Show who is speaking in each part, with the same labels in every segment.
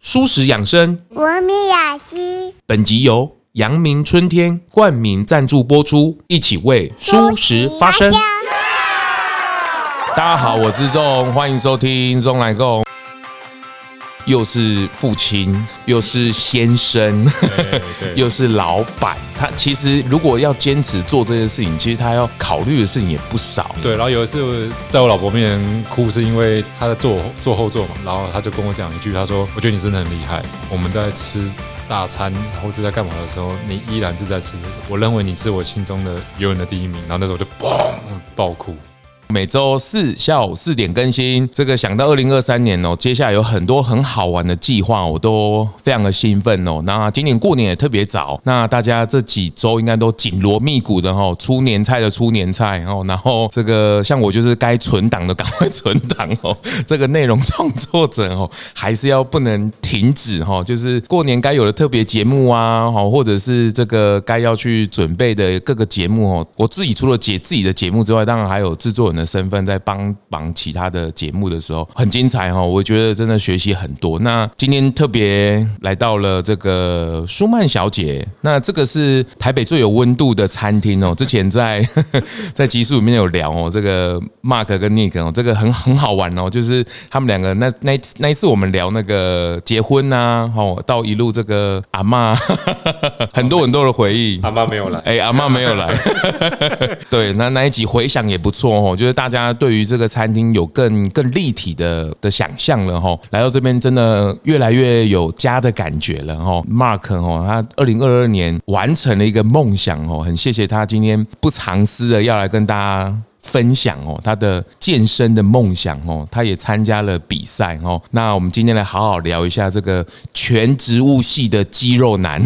Speaker 1: 舒适养生。
Speaker 2: 文明雅集，
Speaker 1: 本集由阳明春天冠名赞助播出，一起为舒适发声。大家好，我是钟，欢迎收听钟来共。又是父亲，又是先生，又是老板。他其实如果要坚持做这件事情，其实他要考虑的事情也不少。
Speaker 3: 对，然后有一次在我老婆面前哭，是因为她在坐坐后座嘛，然后她就跟我讲一句，她说：“我觉得你真的很厉害，我们在吃大餐或者在干嘛的时候，你依然是在吃，我认为你是我心中的永远的第一名。”然后那时候我就嘣爆哭。
Speaker 1: 每周四下午四点更新。这个想到二零二三年哦，接下来有很多很好玩的计划，我都非常的兴奋哦。那今年过年也特别早，那大家这几周应该都紧锣密鼓的哦，出年菜的出年菜哦，然后这个像我就是该存档的赶快存档哦。 这个内容创作者哦，还是要不能停止哦，就是过年该有的特别节目啊，哦，或者是这个该要去准备的各个节目哦。我自己除了解自己的节目之外，当然还有制作人的身份在帮忙其他的节目的时候，很精彩哦。我觉得真的学习很多。那今天特别来到了这个舒曼小姐，那这个是台北最有温度的餐厅哦。之前在 在集数里面有聊哦，这个 Mark 跟 Nick 哦，这个很很好玩哦，就是他们两个那那一次那一次我们聊那个结婚呐、哦，到一路这个阿嬷， 很多很多的回忆。
Speaker 3: 阿妈没有来，
Speaker 1: 哎、阿妈没有来。对，那那一集回想也不错哦，就是大家对于这个餐厅有更更立体的的想象了哦。来到这边真的越来越有家的感觉了哦。Mark 哦，他二零二二年完成了一个梦想哦，很谢谢他今天不藏私的要来跟大家。分享哦，他的健身的梦想哦，他也参加了比赛哦。那我们今天来好好聊一下这个全植物系的肌肉男。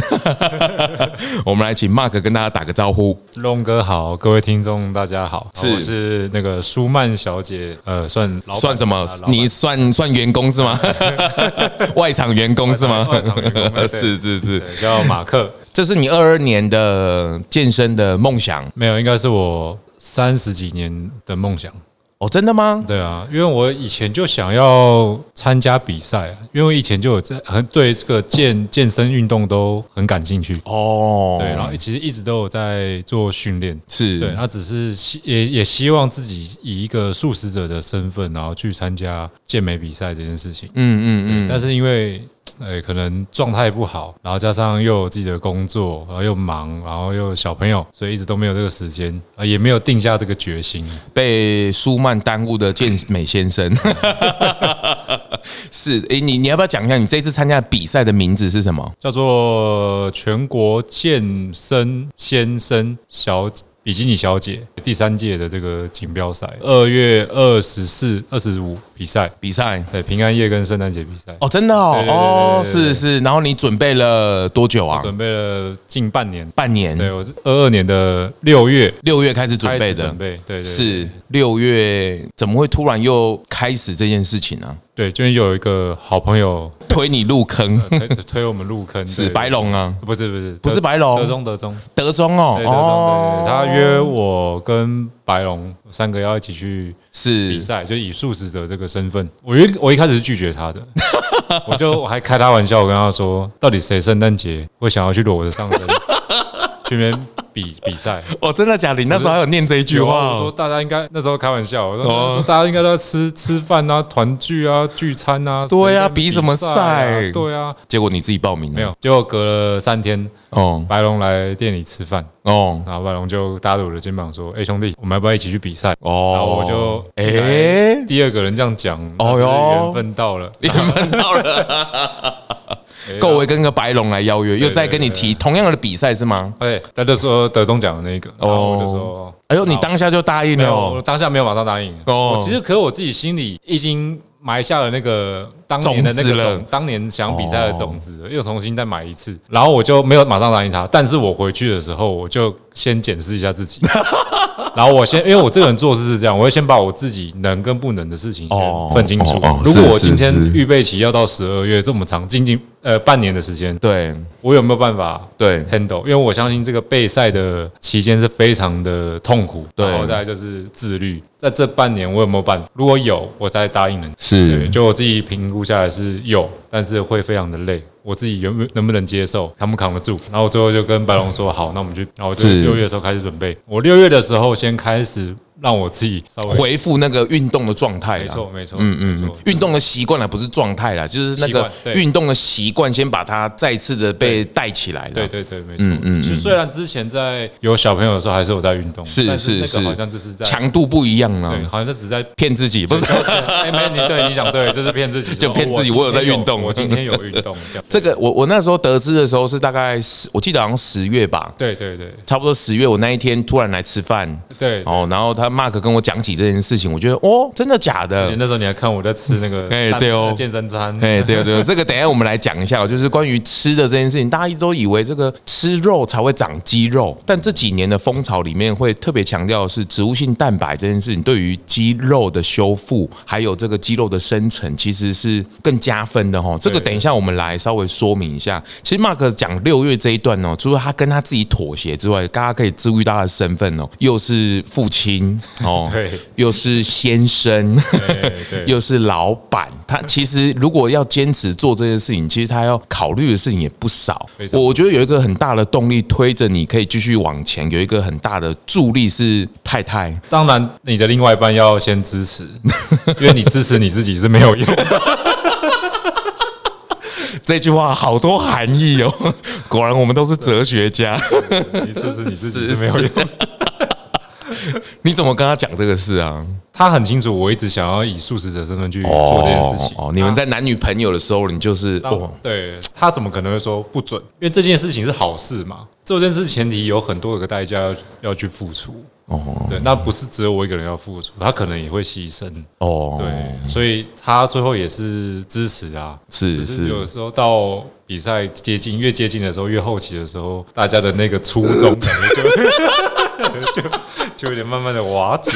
Speaker 1: 我们来请 Mark 跟大家打个招呼。
Speaker 3: 龙哥好，各位听众大家好，
Speaker 1: 是
Speaker 3: 我是那个舒曼小姐，呃，算老板
Speaker 1: 算什么
Speaker 3: 啊？老板
Speaker 1: 你算算员工是 吗？外场员工是吗
Speaker 3: 外场员工？哦 对
Speaker 1: 是是是，
Speaker 3: 对叫马克，
Speaker 1: 这是你二二年的健身的梦想
Speaker 3: 没有，应该是我三十几年的梦想。
Speaker 1: 哦？真的吗？
Speaker 3: 对啊，因为我以前就想要参加比赛啊，因为我以前就有在很对这个健健身运动都很感兴趣。
Speaker 1: 哦，
Speaker 3: 对，然后其实一直都有在做训练，
Speaker 1: 是
Speaker 3: 对，他只是希也也希望自己以一个素食者的身份，然后去参加健美比赛这件事情。
Speaker 1: 嗯嗯嗯，
Speaker 3: 但是因为呃，可能状态不好，然后加上又有自己的工作，然后又忙，然后又有小朋友，所以一直都没有这个时间，啊，也没有定下这个决心。
Speaker 1: 被舒曼耽误的健美先生。 是，诶，你你要不要讲一下你这次参加的比赛的名字是什么？
Speaker 3: 叫做全国健身先生小比基尼小姐第三届的这个锦标赛，
Speaker 1: 哦
Speaker 3: 二月二十四、二十五比赛，
Speaker 1: 比赛？
Speaker 3: 对，平安夜跟圣诞节比赛。
Speaker 1: 哦，真的哦，
Speaker 3: 对对对对
Speaker 1: 哦，
Speaker 3: 对对
Speaker 1: 是是。然后你准备了多久啊？
Speaker 3: 准备了近半年，
Speaker 1: 半年，
Speaker 3: 对我是二二年的六月
Speaker 1: 六月开始嗯准
Speaker 3: 开
Speaker 1: 备
Speaker 3: 始
Speaker 1: 的
Speaker 3: 准。备，对对对
Speaker 1: 是六月，怎么会突然又开始这件事情呢、啊
Speaker 3: 对，就是有一个好朋友
Speaker 1: 推你入 坑，
Speaker 3: 呃推推我们入坑，对
Speaker 1: 是白，龙啊，
Speaker 3: 对不是不是
Speaker 1: 不是
Speaker 3: 德
Speaker 1: 白龙
Speaker 3: 德中德中，
Speaker 1: 德中哦，
Speaker 3: 对德中，
Speaker 1: 哦
Speaker 3: 对对，对他约我跟白龙三个要一起去比
Speaker 1: 是
Speaker 3: 赛，就以素食者这个身份，我一我一开始是拒绝他的， 我就我还开他玩笑，我跟他说，到底谁圣诞节会想要去裸着上身 去那边比比 赛？
Speaker 1: 哦，真的假的？你那时候还有念这一句
Speaker 3: 有
Speaker 1: 话
Speaker 3: 啊，我说
Speaker 1: 哦，
Speaker 3: 大家应该那时候开玩笑，我说、
Speaker 1: 哦
Speaker 3: 大家应该都要吃吃饭啊、团聚啊、聚餐 啊，
Speaker 1: 对啊嗯
Speaker 3: 谁跟
Speaker 1: 比什么
Speaker 3: 啊
Speaker 1: 赛
Speaker 3: 对啊，
Speaker 1: 结果你自己报名了
Speaker 3: 没有。结果隔了三天，
Speaker 1: 哦
Speaker 3: 白龙来店里吃饭，
Speaker 1: 哦
Speaker 3: 然后白龙就搭着我的肩膀说：“哎、兄弟，我们要不要一起去比赛？”然后
Speaker 1: 哦，
Speaker 3: 我就
Speaker 1: 哎，
Speaker 3: 第二个人这样讲，
Speaker 1: 哦哟
Speaker 3: 哦哟，缘分到了，
Speaker 1: 你 们到了，
Speaker 3: 哎
Speaker 1: 够会跟个白龙来邀约，又
Speaker 3: 对
Speaker 1: 再跟你提同样的比赛是吗？
Speaker 3: 哎，他就说德中奖的那个，然后我就说，
Speaker 1: 哎呦，你
Speaker 3: 好
Speaker 1: 当下就答应
Speaker 3: 没
Speaker 1: 了
Speaker 3: 有，我
Speaker 1: 哦，
Speaker 3: 当下没有马上答应。
Speaker 1: 哦
Speaker 3: 我其实可是我自己心里已经埋下了那个当年的那
Speaker 1: 种子
Speaker 3: 个
Speaker 1: 了
Speaker 3: 种，当年想比赛的种子了，又重新再买一次，然后我就没有马上答应他。但是我回去的时候，我就先检视一下 自己，然后我先，因为我这个人做事是这样，我会先把我自己能跟不能的事情
Speaker 1: 哦
Speaker 3: 先分清楚
Speaker 1: 哦哦。
Speaker 3: 如果
Speaker 1: 是
Speaker 3: 我今天
Speaker 1: 是是
Speaker 3: 预备期要到十二月这么长，仅仅呃半年的时间，
Speaker 1: 对
Speaker 3: 我有没有办法
Speaker 1: 对
Speaker 3: handle，因为我相信这个备赛的期间是非常的痛苦，
Speaker 1: 对
Speaker 3: 然后再来就是自律，在这半年我有没有办法？如果有，我才答应人。对，
Speaker 1: 是
Speaker 3: 就我自己评估下来是有，但是会非常的累。我自己原本能不能接受，他们扛得住。然后我最后就跟白龙说：“好，那我们就……”然后我就是六月的时候开始准备。我六月的时候先开始让我自己稍微
Speaker 1: 恢复那个运动的状态啦
Speaker 3: 没错，没错，嗯嗯，没错。
Speaker 1: 运动的习惯了，不是状态啦，就是那
Speaker 3: 习
Speaker 1: 个
Speaker 3: 惯对
Speaker 1: 运动的习惯，先把它再次的被带起来了。
Speaker 3: 对对对，没错。是虽然之前在有小朋友的时候还是有在运动，
Speaker 1: 是
Speaker 3: 但是
Speaker 1: 是
Speaker 3: 那
Speaker 1: 是
Speaker 3: 个好像就是在
Speaker 1: 强度不一样
Speaker 3: 对，
Speaker 1: 啊，
Speaker 3: 好像只在
Speaker 1: 骗自己不是。
Speaker 3: 哎，没你对你想对，就是骗自己，
Speaker 1: 就骗自己
Speaker 3: 说哦
Speaker 1: 我有在运动
Speaker 3: 我今天有我今天有运动，这样
Speaker 1: 这个我我那时候得知的时候是大概十，我记得好像十月吧，
Speaker 3: 对对对
Speaker 1: 差不多十月，我那一天突然来吃饭，
Speaker 3: 对。而
Speaker 1: 哦，然后他 Mark 跟我讲起这件事情，我觉得哦，真的假的
Speaker 3: 且？那时候你还看我在吃那个
Speaker 1: 哎
Speaker 3: 蛋
Speaker 1: 对哦
Speaker 3: 健身餐，
Speaker 1: 哎，对对，这个等一下我们来讲一下哦，就是关于吃的这件事情，大家一直都以为这个吃肉才会长肌肉，但这几年的风潮里面会特别强调的是植物性蛋白这件事情，对于肌肉的修复还有这个肌肉的生成，其实是更加分的哦。这个
Speaker 3: 对
Speaker 1: 等一下我们来稍微说明一下。其实 Mark 讲六月这一段哦，除了他跟他自己妥协之外，大家可以注意到他的身份哦，又是父亲哦，
Speaker 3: 对
Speaker 1: 又是先生，
Speaker 3: 对对
Speaker 1: 又是老板，他其实如果要坚持做这件事情，其实他要考虑的事情也不少
Speaker 3: 非。常
Speaker 1: 我我觉得有一个很大的动力推着你可以继续往前，有一个很大的助力是太太。
Speaker 3: 当然你的另外一半要先支持，因为你支持你自己是没有用的。
Speaker 1: 这句话好多含义哦， 果然我们都是哲学家。
Speaker 3: 你支持你自己是没 有用的。
Speaker 1: 你怎么跟他讲这个事啊？
Speaker 3: 他很清楚，我一直想要以素食者身份去做这件事情。
Speaker 1: 哦，你们在男女朋友的时候，你就是
Speaker 3: 当
Speaker 1: 哦，
Speaker 3: 对他怎么可能会说不准？因为这件事情是好事嘛，做这件事前提有很多个代价要要去付出。哦，对，那不是只有我一个人要付出，他可能也会牺牲。
Speaker 1: 哦，
Speaker 3: 对，所以他最后也是支持啊，
Speaker 1: 是
Speaker 3: 只
Speaker 1: 是
Speaker 3: 是有时候到比赛接近越接近的时候，越后期的时候，大家的那个初衷 可能就就就有点慢慢的瓦解。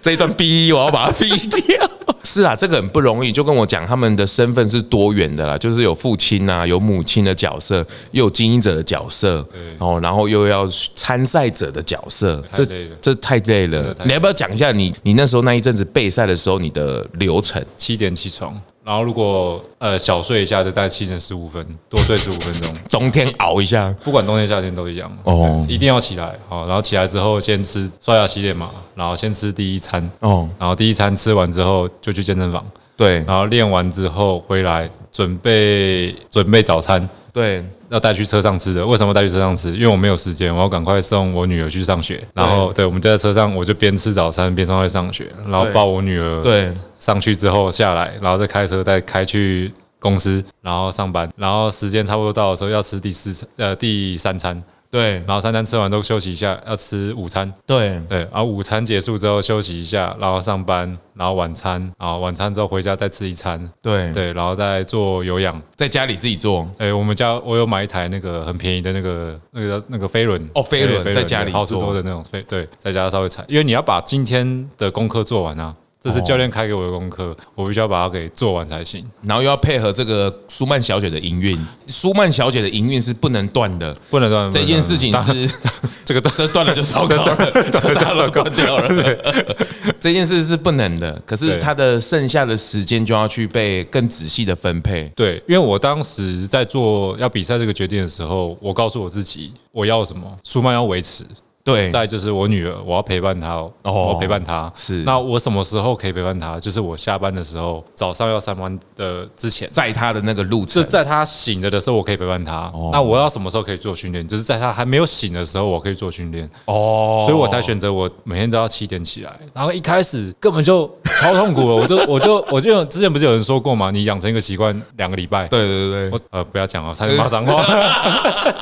Speaker 1: 这一段逼我要把它 逼掉。是啊，这个很不容易。就跟我讲，他们的身份是多元的啦，就是有父亲啊，有母亲的角色，又有经营者的角色，哦，然后又要参赛者的角色，
Speaker 3: 太累了
Speaker 1: 这太累了
Speaker 3: 的太累了
Speaker 1: 你要不要讲一下你你那时候那一阵子备赛的时候你的流 程？
Speaker 3: 七点起床，然后如果呃小睡一下，就大概七点十五分，多睡十五分钟。
Speaker 1: 冬天熬一下，
Speaker 3: 不管冬天夏天都一样
Speaker 1: 哦
Speaker 3: 哦，一定要起来哦。然后起来之后先吃刷牙洗脸嘛，然后先吃第一餐
Speaker 1: 哦
Speaker 3: 哦，然后第一餐吃完之后就去健身房，
Speaker 1: 对
Speaker 3: 然后练完之后回来准备准备早餐，
Speaker 1: 对，
Speaker 3: 要带去车上吃的。为什么带去车上吃？因为我没有时间，我要赶快送我女儿去上学。然后对，我们就在车上，我就边吃早餐边上去上学，然后
Speaker 1: 对
Speaker 3: 抱我女儿
Speaker 1: 对
Speaker 3: 上去之后下来，然后再开车再开去。公司，然后上班，然后时间差不多到的时候要吃第四餐呃第三餐，
Speaker 1: 对
Speaker 3: 然后三餐吃完都休息一下，要吃午餐。
Speaker 1: 对
Speaker 3: 对，然后午餐结束之后休息一下，然后上班，然后晚餐，然后晚餐之后回家再吃一餐，
Speaker 1: 对对，
Speaker 3: 对，然后再做有氧。
Speaker 1: 在家里自己做，
Speaker 3: 哎，我们家我有买一台那个很便宜的那个那个那个飞轮
Speaker 1: 哦飞轮
Speaker 3: 对
Speaker 1: 在家里
Speaker 3: 对好事
Speaker 1: 做
Speaker 3: 多的那种飞，对，在家稍微踩，因为你要把今天的功课做完啊，这
Speaker 1: 哦
Speaker 3: 是教练开给我的功课，我必须要把它给做完才行，
Speaker 1: 然后又要配合这个舒曼小姐的营运，舒曼小姐的营运是不能断的。
Speaker 3: 不能断。
Speaker 1: 这件事情
Speaker 3: 当然
Speaker 1: 是
Speaker 3: 这个断
Speaker 1: 这断了就烧烤了，这大家都断掉了。 这件事是不能的，可是
Speaker 3: 对
Speaker 1: 他的剩下的时间就要去被更仔细的分配。
Speaker 3: 对，因为我当时在做要比赛这个决定的时候，我告诉我自己我要什么，舒曼要维持，
Speaker 1: 对，
Speaker 3: 再就是我女儿，我要陪伴她，我要陪伴她。
Speaker 1: 哦是
Speaker 3: 那我什么时候可以陪伴她？就是我下班的时候，早上要上班的之前。
Speaker 1: 在他的那个路
Speaker 3: 就
Speaker 1: 程，
Speaker 3: 在她醒着的时候，我可以陪伴她。
Speaker 1: 哦
Speaker 3: 那我要什么时候可以做训练？就是在她还没有醒的时候，我可以做训练。
Speaker 1: 哦
Speaker 3: 所以我才选择我每天都要七点起来。然后一开始根本就超痛苦了，我就我就我就之前不是有人说过嘛，你养成一个习惯两个礼拜，
Speaker 1: 对对对，
Speaker 3: 我呃不要讲哦，差点骂脏话。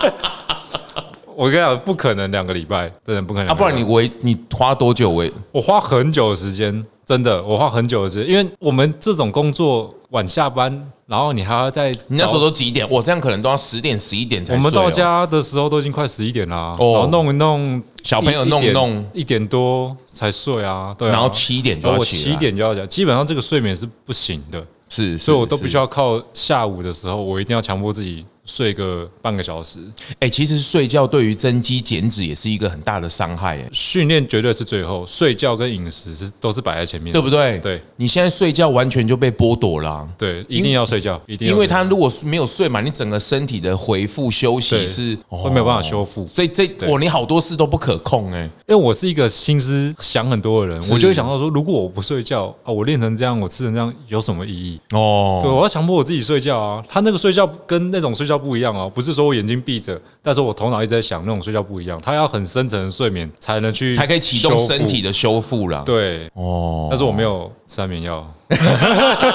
Speaker 3: 我跟你讲，不可能两个礼拜，真的不可
Speaker 1: 啊，
Speaker 3: 能两个礼拜。
Speaker 1: 不然你维你花多久维？
Speaker 3: 我花很久的时间，真的，我花很久的时间，因为我们这种工作晚下班，然后你还要在
Speaker 1: 你那时候
Speaker 3: 早
Speaker 1: 都几点？我这样可能都要十点十一点才
Speaker 3: 我
Speaker 1: 睡哦。
Speaker 3: 们到家的时候都已经快十一点啦，
Speaker 1: 哦
Speaker 3: 然后弄一弄，
Speaker 1: 小朋友
Speaker 3: 一
Speaker 1: 弄
Speaker 3: 一点
Speaker 1: 弄
Speaker 3: 一点多才睡啊，对啊
Speaker 1: 然后七点就
Speaker 3: 然
Speaker 1: 要
Speaker 3: 后我
Speaker 1: 起来啊
Speaker 3: 七点就要讲，基本上这个睡眠是不行的，
Speaker 1: 是，
Speaker 3: 所以我都必须
Speaker 1: 要
Speaker 3: 要靠下午的时候，我一定要强迫自己睡个半个小时，
Speaker 1: 哎、其实睡觉对于增肌减脂也是一个很大的伤害、哎，
Speaker 3: 训练绝对是最后，睡觉跟饮食是都是摆在前面的，
Speaker 1: 对不对？
Speaker 3: 对
Speaker 1: 你现在睡觉完全就被剥夺了啊、
Speaker 3: 对，一定要睡觉，一定要
Speaker 1: 因为它
Speaker 3: 睡
Speaker 1: 如果没有睡满，你整个身体的回复休息
Speaker 3: 对
Speaker 1: 是哦
Speaker 3: 会没有办法修复
Speaker 1: 所以这
Speaker 3: 对
Speaker 1: 哇，你好多事都不可控哎、
Speaker 3: 因为我是一个心思想很多的人，我就会想到说，如果我不睡觉啊，我练成这样，我吃成这样有什么意义？
Speaker 1: 哦，
Speaker 3: 对，我要强迫我自己睡觉啊。他那个睡觉跟那种睡觉不一样哦，不是说我眼睛闭着，但是我头脑一直在想那种睡觉不一样，他要很深层的睡眠才能去
Speaker 1: 才可以启动
Speaker 3: 修复
Speaker 1: 身体。的修复啦。，
Speaker 3: 对，
Speaker 1: 哦，
Speaker 3: 但是我没有吃安眠药，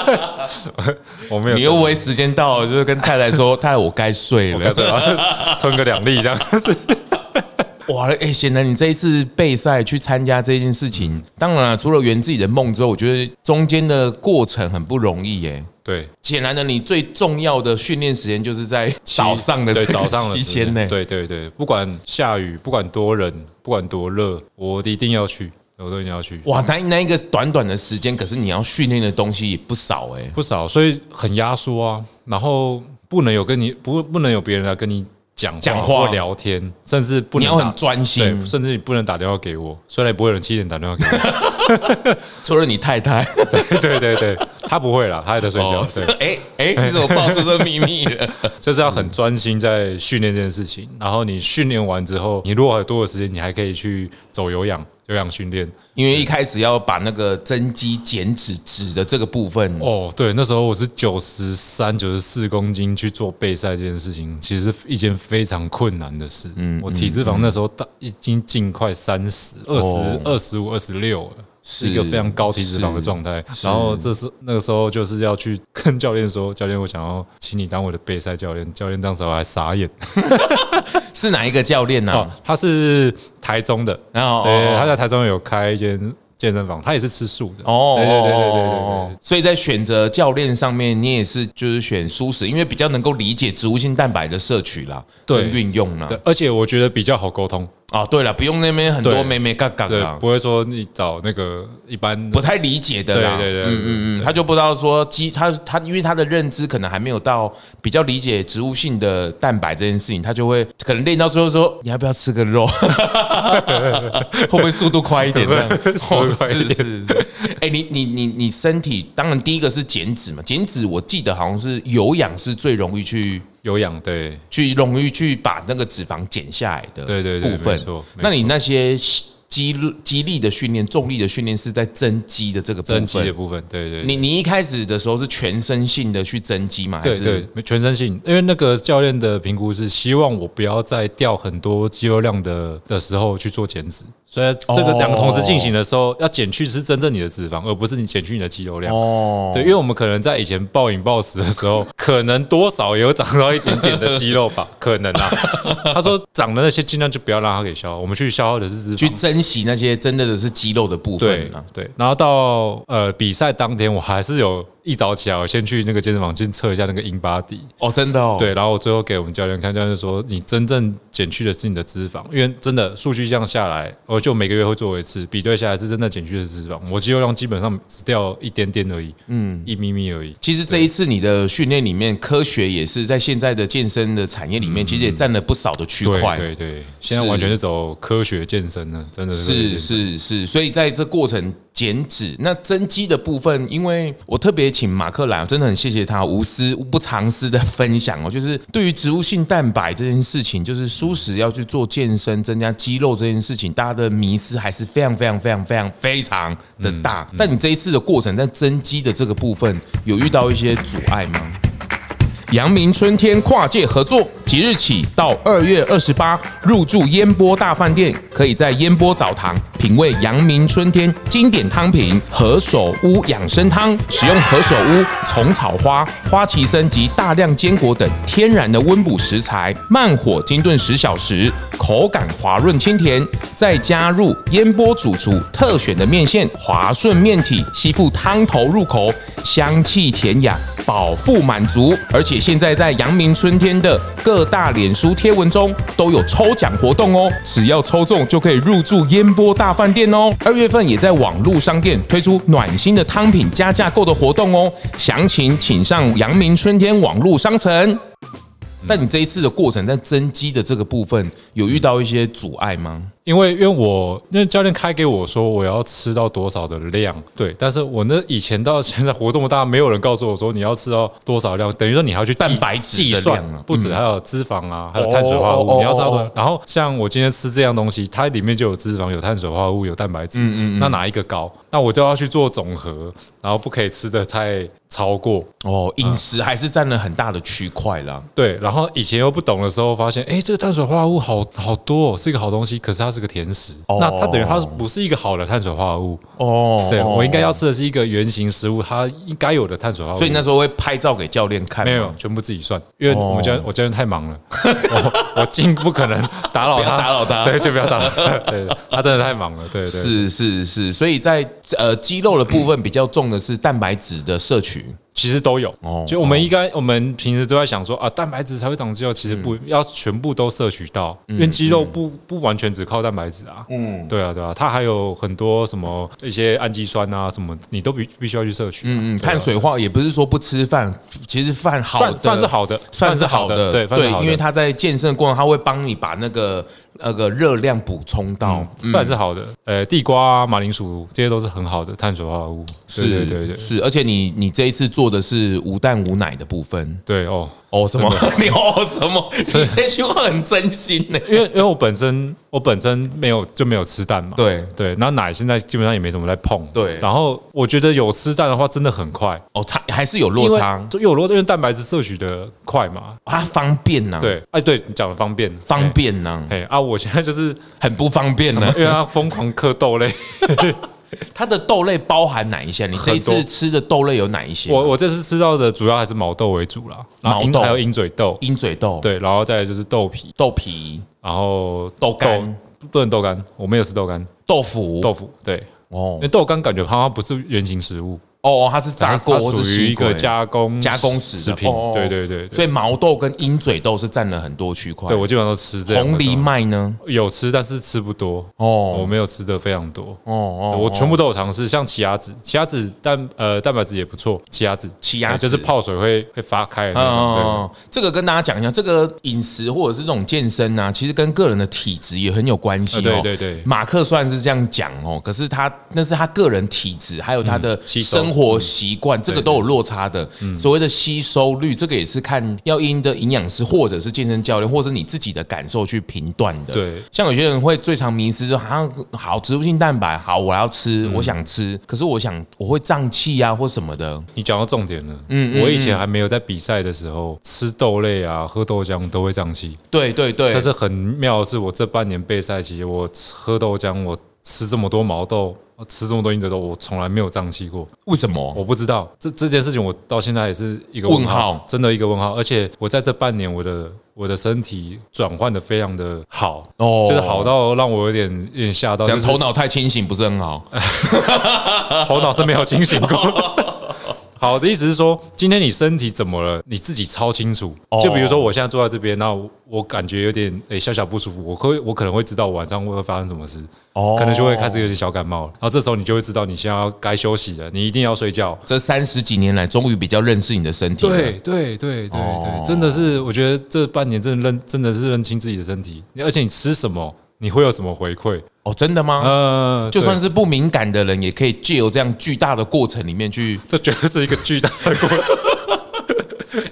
Speaker 3: 我没有，
Speaker 1: 你又为时间到了，就是跟太太说，太太我该睡
Speaker 3: 我干
Speaker 1: 了。
Speaker 3: 脆把它吞个两粒这样子。
Speaker 1: 哇，哎、显然你这一次备赛去参加这件事情，当然了，除了圆自己的梦之后，我觉得中间的过程很不容易耶、
Speaker 3: 对，
Speaker 1: 显然的，你最重要的训练时间就是在早上的
Speaker 3: 对
Speaker 1: 这
Speaker 3: 早
Speaker 1: 个
Speaker 3: 上的
Speaker 1: 期
Speaker 3: 时间
Speaker 1: 间呢。
Speaker 3: 对对对，不管下雨，不管多人，不管多热，我一定要去，我都一定要去。
Speaker 1: 哇，那那一个短短的时间，可是你要训练的东西也不少哎、
Speaker 3: 不少，所以很压缩啊。然后不能有跟你不不能有别人来跟你讲话
Speaker 1: 讲话
Speaker 3: 或聊天，甚至不
Speaker 1: 你
Speaker 3: 能
Speaker 1: 要
Speaker 3: 打
Speaker 1: 很专心
Speaker 3: 对，甚至你不能打电话给我。虽然也不会有人七点打电话给我，
Speaker 1: 除了你太太，
Speaker 3: 对对对，他不会啦，他也在睡觉。
Speaker 1: 哦
Speaker 3: 对，，
Speaker 1: 哎哎，你怎么爆出这秘密了？
Speaker 3: 就是要很专心在训练这件事情。然后你训练完之后，你如果还有多的时间，你还可以去走有氧有氧训练。
Speaker 1: 因为一开始要把那个增肌减脂脂的这个部分，
Speaker 3: 哦，对，那时候我是九十三、九十四公斤去做备赛这件事情，其实是一件非常困难的事。嗯，我体脂肪那时候大已经近快三十、二
Speaker 1: 哦
Speaker 3: 十二、十五、二十六了。是一个非常高体脂肪的状态，
Speaker 1: 是
Speaker 3: 然后这是那个时候就是要去跟教练说，教练我想要请你当我的备赛教练，教练当时候还傻眼，
Speaker 1: 是哪一个教练呢、 啊
Speaker 3: 哦，他是台中的，
Speaker 1: 然后
Speaker 3: 对，他
Speaker 1: 哦
Speaker 3: 在台中有开一间健身房，他也是吃素的，
Speaker 1: 哦，
Speaker 3: 对对对对对对
Speaker 1: 哦
Speaker 3: 对，
Speaker 1: 所以在选择教练上面，你也是就是选舒适，因为比较能够理解植物性蛋白的摄取啦，
Speaker 3: 对
Speaker 1: 跟运用啦。
Speaker 3: 对，而且我觉得比较好沟通，
Speaker 1: 啊，对了，不用那边很多
Speaker 3: 对
Speaker 1: 妹妹嘎嘎
Speaker 3: 对
Speaker 1: 啦，，
Speaker 3: 不会说你找那个一般
Speaker 1: 不太理解的啦。
Speaker 3: 对对对
Speaker 1: 嗯
Speaker 3: 对
Speaker 1: 嗯嗯，他就不知道说肌，他他因为他的认知可能还没有到比较理解植物性的蛋白这件事情，他就会可能练到最后说，你要不要吃个肉？ 会不会速度快一点呢？
Speaker 3: 速度快一点
Speaker 1: 是是是。哎，你你你你身体，当然第一个是减脂嘛，减脂我记得好像是有氧是最容易去。
Speaker 3: 有氧，对
Speaker 1: 去容易去把那个脂肪减下来的
Speaker 3: 对对对
Speaker 1: 部分
Speaker 3: 没错。没
Speaker 1: 那你那些肌肌力的训练、重力的训练是在增肌的这个部
Speaker 3: 增肌的
Speaker 1: 分。
Speaker 3: 部分，对对对
Speaker 1: 你你一开始的时候是全身性的去增肌吗？还
Speaker 3: 对
Speaker 1: 是
Speaker 3: 对，没全身性，因为那个教练的评估是希望我不要在掉很多肌肉量的的时候去做减脂，所以这个
Speaker 1: 哦
Speaker 3: 两个同时进行的时候，要减去是真正你的脂肪，而不是你减去你的肌肉量。
Speaker 1: 哦，
Speaker 3: 对，因为我们可能在以前暴饮暴食的 时候，可能多少也有长到一点点的肌肉吧，可能啊。他说长的那些尽量就不要让它给消耗，我们去消耗的是脂肪，
Speaker 1: 去珍惜那些真的的是肌肉的部
Speaker 3: 对
Speaker 1: 分啊。
Speaker 3: 对，然后到呃比赛当天，我还是有呃一早起来，我先去那个健身房先测一下那个英巴底。
Speaker 1: 哦，真的哦，
Speaker 3: 对，然后我最后给我们教练看，教练说你真正减去的是你的脂肪，因为真的数据这样下来，我就每个月会做一次比对下来，是真的减去的脂肪，我肌肉量基本上只掉一点点而已，嗯，一咪咪而已。
Speaker 1: 其实这一次你的训练里面，科学也是在现在的健身的产业里面，其实也占了不少的区
Speaker 3: 对
Speaker 1: 块。
Speaker 3: 嗯对对，现在完全是走科学健身了，真的
Speaker 1: 是是是，所以在这过程减脂，那增肌的部分，因为我特别请马克来，真的很谢谢他无私不藏私的分享哦，就是对于植物性蛋白这件事情，就是舒适要去做健身、增加肌肉这件事情，大家的迷思还是非常非常非常非常非常的大。但你这一次的过程在增肌的这个部分，有遇到一些阻碍吗？阳明春天跨界合作，即日起到二月二十八入住烟波大饭店，可以在烟波澡堂品味阳明春天经典汤品何首乌养生汤，使用何首乌、虫草花、花旗参及大量坚果等天然的温补食材，慢火精炖十小时，口感滑润清甜，再加入烟波主厨特选的面线，滑顺面体，吸附汤头入口，香气甜雅。饱腹满足，而且现在在阳明春天的各大脸书贴文中都有抽奖活动哦，只要抽中就可以入住烟波大饭店哦。二月份也在网络商店推出暖心的汤品加价购的活动哦，详情请上阳明春天网络商城。但你这一次的过程在增肌的这个部分，有遇到一些阻碍吗？
Speaker 3: 因为因为我因为教练开给我说我要吃到多少的量，对，但是我那以前到现在活这么大，没有人告诉我说你要吃到多少量，等于说你还要去计
Speaker 1: 蛋白质的
Speaker 3: 计算
Speaker 1: 量啊，
Speaker 3: 不止还有脂肪啊，还有碳水化
Speaker 1: 哦
Speaker 3: 合
Speaker 1: 哦哦
Speaker 3: 物，你要知道
Speaker 1: 哦
Speaker 3: 的。然后像我今天吃这样东西，它里面就有脂肪、有碳水化合物、有蛋白
Speaker 1: 嗯
Speaker 3: 质，那哪一个高？那我都要去做总和，然后不可以吃的太超过。
Speaker 1: 哦，饮食还是占了很大的区块啦。
Speaker 3: 对，然后以前又不懂的时候，发现哎，诶这个碳水化合物好好多、哦，是一个好东西，可是它是个甜食。
Speaker 1: 哦
Speaker 3: 那它等于它不是一个好的碳水化合物。
Speaker 1: 哦，
Speaker 3: 对我应该要
Speaker 1: 哦，
Speaker 3: 吃的是一个圆形食物，它应该有的碳水化合物。
Speaker 1: 所以那时候会拍照给教练看吗，
Speaker 3: 哦没有全部自己算，因为我们教
Speaker 1: 哦
Speaker 3: 我教练太忙了， 我我尽不可能打扰
Speaker 1: 不要
Speaker 3: 他，
Speaker 1: 打扰他
Speaker 3: 对，就不要打扰他，对，他真的太忙了，对对。
Speaker 1: 是是是，所以在呃肌肉的部分比较重的是蛋白质的摄取。
Speaker 3: 其实都有
Speaker 1: 哦。
Speaker 3: 就我们应该，我们平时都在想说啊，蛋白质才会长肌肉，其实不
Speaker 1: 嗯
Speaker 3: 要全部都摄取到，因为肌肉不不完全只靠蛋白质啊。嗯，对啊，对啊，它还有很多什么一些氨基酸啊，什么你都必必须要去摄取啊。
Speaker 1: 嗯嗯，
Speaker 3: 对啊
Speaker 1: 碳水化也不是说不吃饭，其实饭好的
Speaker 3: 饭饭是好的
Speaker 1: 饭是好的，
Speaker 3: 饭是好的对饭是好的
Speaker 1: 因为它在健身过程，它会帮你把那个那个热量补充到。
Speaker 3: 饭是好的，呃，地瓜啊、马铃薯这些都是很好的碳水化合物。对对
Speaker 1: 是，
Speaker 3: 对对
Speaker 1: 是，而且你你这一次做的是无蛋无奶的部分。
Speaker 3: 对哦。
Speaker 1: 哦，什么？ 你哦什么？ 你这句话很真心呢。
Speaker 3: 因为因为我本身我本身没有就没有吃蛋嘛，
Speaker 1: 对
Speaker 3: 对，然后奶现在基本上也没怎么在碰，
Speaker 1: 对
Speaker 3: 然后我觉得有吃蛋的话真的很快，
Speaker 1: 哦，差还是有落差，
Speaker 3: 因为有落差，因为蛋白质摄取的快嘛。
Speaker 1: 它方便呐，，
Speaker 3: 对，哎，对，你讲的方便，
Speaker 1: 嗯方便嗯呐，
Speaker 3: 哎。哎啊，我现 在就是
Speaker 1: 很不方便呢
Speaker 3: 因。为他疯狂嗑豆类，
Speaker 1: 它的豆类包含哪一些？你这一
Speaker 3: 很
Speaker 1: 次
Speaker 3: 多
Speaker 1: 吃的豆类有哪一些？
Speaker 3: 我我这次吃到的主要还是毛豆为主啦，然后
Speaker 1: 毛
Speaker 3: 鹰
Speaker 1: 豆
Speaker 3: 还有鹰嘴豆，
Speaker 1: 鹰嘴豆，，
Speaker 3: 对，然后再来就是豆皮，
Speaker 1: 豆皮、
Speaker 3: 然后
Speaker 1: 豆干、
Speaker 3: 不能豆干，我没有吃豆干，
Speaker 1: 豆腐、
Speaker 3: 豆腐对，
Speaker 1: 哦
Speaker 3: 因为豆干感觉它不是原型食物，
Speaker 1: 哦，它是炸过
Speaker 3: 它
Speaker 1: 或
Speaker 3: 它
Speaker 1: 是
Speaker 3: 属于
Speaker 1: 吸
Speaker 3: 一个
Speaker 1: 过
Speaker 3: 加工
Speaker 1: 加工食
Speaker 3: 食
Speaker 1: 的
Speaker 3: 品
Speaker 1: 哦，
Speaker 3: 对对对对，
Speaker 1: 所以毛豆跟鹰嘴豆是占了很多区块。
Speaker 3: 对我基本上都吃这两个
Speaker 1: 红藜
Speaker 3: 东西
Speaker 1: 麦呢？
Speaker 3: 有吃，但是吃不多
Speaker 1: 哦
Speaker 3: 哦，我没有吃的非常多
Speaker 1: 哦哦，
Speaker 3: 我全
Speaker 1: 部
Speaker 3: 部都有尝试，像奇亚籽，奇亚籽蛋呃蛋白质也不错，奇亚籽，
Speaker 1: 奇亚籽
Speaker 3: 呃就是泡水会会发开的那种，对。
Speaker 1: 哦，这个跟大家讲一下，这个饮食或者是这种健身啊，其实跟个人的体质也很有关系、哦
Speaker 3: 呃对对对
Speaker 1: 马克虽然是这样讲哦，可是他那是他个人体质，还有他的
Speaker 3: 嗯吸收嗯
Speaker 1: 生活习惯，这个都有落差的。所谓的吸收率，这个也是看要因的营养师或者是健身教练，或者是你自己的感受去评断的。
Speaker 3: 对
Speaker 1: 像有些人会最常迷失说，啊好、像好植物性蛋白，好我要吃，我想吃，
Speaker 3: 嗯
Speaker 1: 可是我想我会胀气啊或什么的。
Speaker 3: 你讲到重点了，嗯，我以前还没有在比赛的时候吃豆类啊、喝豆浆都会胀气，
Speaker 1: 对对对，
Speaker 3: 但是很妙的是，我这半年备赛期，我吃喝豆浆，我吃这么多毛豆，我吃这么多鹰嘴豆，我从来没有胀气过。
Speaker 1: 为什么？
Speaker 3: 我不知道这这件事情，我到现在也是一个
Speaker 1: 问
Speaker 3: 问号，
Speaker 1: 号
Speaker 3: 真的一个问号。而且我在这半年，我的我的身体转换的非常的好，
Speaker 1: 哦
Speaker 3: 就是好到让我有点有点吓到，
Speaker 1: 讲
Speaker 3: 就是
Speaker 1: 头脑太清醒不是很好，
Speaker 3: 头脑是没有清醒 过。好的意思是说，今天你身体怎么了，你自己超清楚。
Speaker 1: 哦
Speaker 3: 就比如说，我现在坐在这边，那我我感觉有点诶、小小不舒服，我会我可能会知道晚上会发生什么事，
Speaker 1: 哦
Speaker 3: 可能就会开始有点小感冒了。然后这时候你就会知道你现在要该休息了，你一定要睡觉。
Speaker 1: 哦这三十几年来，终于比较认识你的身体了。
Speaker 3: 对对对对
Speaker 1: 哦
Speaker 3: 对，真的是，我觉得这半年真的认真的是认清自己的身体，而且你吃什么，你会有什么回馈？
Speaker 1: 哦，真的吗？
Speaker 3: 呃，
Speaker 1: 就算
Speaker 3: 对
Speaker 1: 是不敏感的人，也可以借由这样巨大的过程里面去。
Speaker 3: 这绝对是一个巨大的过程。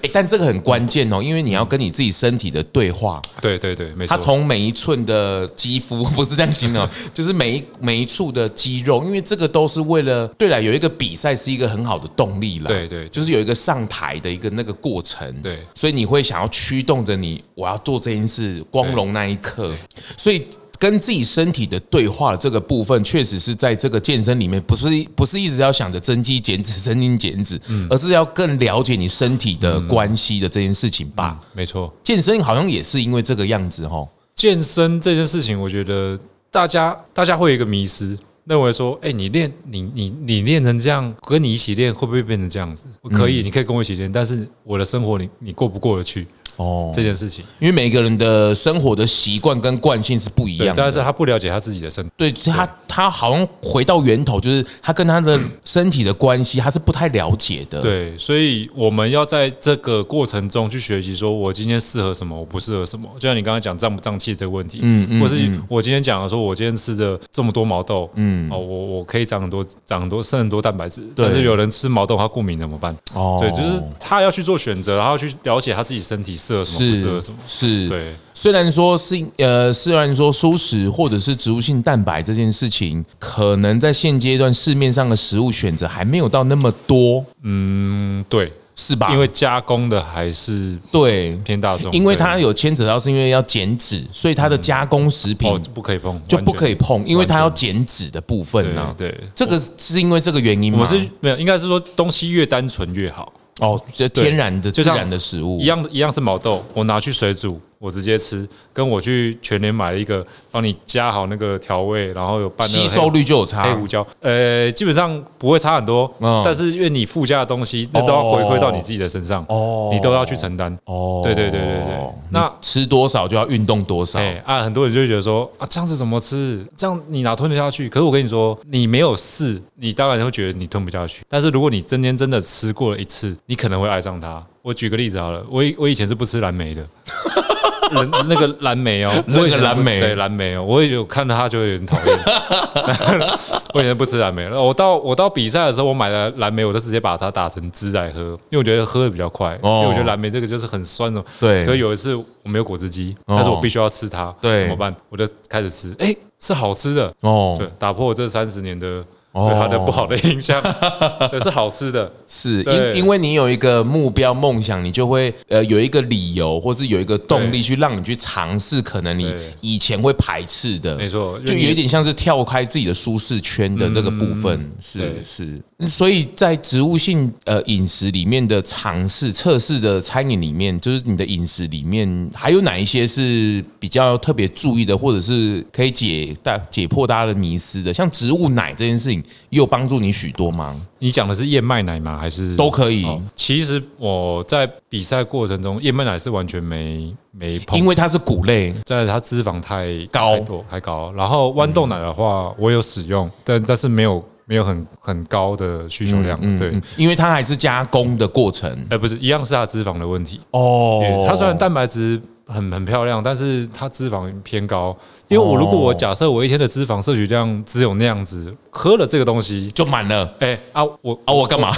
Speaker 1: 哎，但这个很关键哦，因为你要跟你自己身体的对话。
Speaker 3: 对对对，没错。
Speaker 1: 它从每一寸的肌肤， 不是这样形容， 就是每一每一处的肌肉，因为这个都是为了对了，有一个比赛是一个很好的动力啦。
Speaker 3: 对对对
Speaker 1: 就是有一个上台的一个那个过程。
Speaker 3: 对
Speaker 1: 所以你会想要驱动着你，我要做这件事，光荣那一刻。所以。跟自己身体的对话这个部分，确实是在这个健身里面，不是不是一直要想着增肌减脂、增肌减脂，
Speaker 3: 嗯
Speaker 1: 而是要更了解你身体的关系的这件事情吧。
Speaker 3: 没错，
Speaker 1: 健身好像也是因为这个样子哦。
Speaker 3: 健身这件事情，我觉得大家大家会有一个迷失。认为说，哎、你练你你你练成这样，跟你一起练会不会变成这样子？可以，你可以跟我一起练，但是我的生活你你过不过得去？
Speaker 1: 哦
Speaker 3: 这件事情。
Speaker 1: 因为每个人的生活的习惯跟惯性是不一
Speaker 3: 对
Speaker 1: 样，
Speaker 3: 但
Speaker 1: 的。
Speaker 3: 是他不了解他自己的身体。
Speaker 1: 对他，他好像回到源头，就是他跟他的身体的关系，他是不太了解的。，
Speaker 3: 对，所以我们要在这个过程中去学习，说我今天适合什么，我不适合什么。就像你刚刚讲胀不胀气这个问题，
Speaker 1: 嗯嗯
Speaker 3: 或是我今天讲的说，我今天吃的这么多毛豆，嗯，哦，我我可以长很多长很多剩很多蛋白质，
Speaker 1: 对
Speaker 3: 但是有人吃毛豆他过敏怎么办？
Speaker 1: 哦
Speaker 3: 对，就是他要去做选择，然后去了解他自己身体适合什么，不适合
Speaker 1: 是
Speaker 3: 什么。
Speaker 1: 是，
Speaker 3: 对，
Speaker 1: 虽然说是呃，虽然说蔬食或者是植物性蛋白这件事情，可能在现阶段市面上的食物选择还没有到那么多，
Speaker 3: 嗯，对，
Speaker 1: 是吧？
Speaker 3: 因为加工的还是
Speaker 1: 对，
Speaker 3: 偏大众，
Speaker 1: 啊因为
Speaker 3: 对嗯
Speaker 1: 它有牵扯到是因为要减脂，所以它的加工食品
Speaker 3: 哦不可以碰，
Speaker 1: 就
Speaker 3: 完
Speaker 1: 不
Speaker 3: 全
Speaker 1: 可以啊嗯碰，因为它要
Speaker 3: 完全
Speaker 1: 减脂的部分呢、
Speaker 3: 对对
Speaker 1: 这个是因为这个原因吗？
Speaker 3: 我是没有，应该是说东西越单纯越好。
Speaker 1: 哦，这
Speaker 3: 对
Speaker 1: 天然的、自
Speaker 3: 就像
Speaker 1: 然的食物
Speaker 3: 一样一样是毛豆，我拿去水煮，我直接吃，跟我去全联买了一个帮你加好那个调味，然后有拌啊那
Speaker 1: 吸
Speaker 3: 个
Speaker 1: 收率就有差
Speaker 3: 黑。黑胡椒，呃，基本上不会差很多，
Speaker 1: 嗯
Speaker 3: 但是因为你附加的东西，那都要回馈到你自己的身上，
Speaker 1: 哦
Speaker 3: 你都要去承担。
Speaker 1: 哦
Speaker 3: 对对对对对
Speaker 1: 那
Speaker 3: 那
Speaker 1: 吃多少就要运动多少。
Speaker 3: 哎、啊，很多人就会觉得说啊，这样子怎么吃？这样你哪吞得下去？可是我跟你说，你没有试，你当然会觉得你吞不下去。但是如果你今天真的吃过了一次，你可能会爱上它。我举个例子好了，我以我以前是不吃蓝莓的。 人那个蓝莓 哦，
Speaker 1: 那个
Speaker 3: 我以前不
Speaker 1: 蓝莓
Speaker 3: 对蓝莓哦，我也有看到它就有点讨厌。 我以前不吃蓝莓，我到我到比赛的时候，我买了蓝莓，我就直接把它打成汁来喝，因为我觉得喝的比较快，
Speaker 1: 哦
Speaker 3: 因为我觉得蓝莓这个就是很酸的。
Speaker 1: 对
Speaker 3: 可有一次我没有果汁机，
Speaker 1: 哦
Speaker 3: 但是我必须要吃它，
Speaker 1: 对
Speaker 3: 怎么办？我就开始吃，哎、是好吃的，
Speaker 1: 哦，
Speaker 3: 对，打破我这三十年的
Speaker 1: 哦
Speaker 3: 对它的不好的印象， 对，是好吃的，
Speaker 1: 是因
Speaker 3: 对
Speaker 1: 因为你有一个目标梦想，你就会呃有一个理由，或是有一个动力
Speaker 3: 对
Speaker 1: 去让你去尝试，可能你
Speaker 3: 对
Speaker 1: 以前会排斥的，
Speaker 3: 没错
Speaker 1: 就
Speaker 3: 因为
Speaker 1: 有
Speaker 3: 你
Speaker 1: 一点像是跳开自己的舒适圈的这个部分，是
Speaker 3: 嗯对
Speaker 1: 是。所以在植物性呃饮食里面的尝试测试的餐饮里面，就是你的饮食里面还有哪一些是比较特别注意的，或者是可以解大解破大家的迷思的，像植物奶这件事情，也有帮助你许多吗？
Speaker 3: 你讲的是燕麦奶吗？还是
Speaker 1: 都可以
Speaker 3: 哦其实我在比赛过程中，燕麦奶是完全没没碰，
Speaker 1: 因为它是谷类，
Speaker 3: 在它脂肪太
Speaker 1: 高嗯
Speaker 3: 太多太高。然后豌豆奶的话，我有使用，但但是没有没有很很高的需求量。对，
Speaker 1: 嗯，因为它还是加工的过程
Speaker 3: 哎、不是一样是它脂肪的问题。
Speaker 1: 哦
Speaker 3: 对它虽然蛋白质很很漂亮，但是它脂肪偏高。因为我如
Speaker 1: 哦
Speaker 3: 果我假设我一天的脂肪摄取量只有那样子，喝了这个东西，
Speaker 1: 就满了
Speaker 3: 哎、啊我。
Speaker 1: 啊，我干嘛？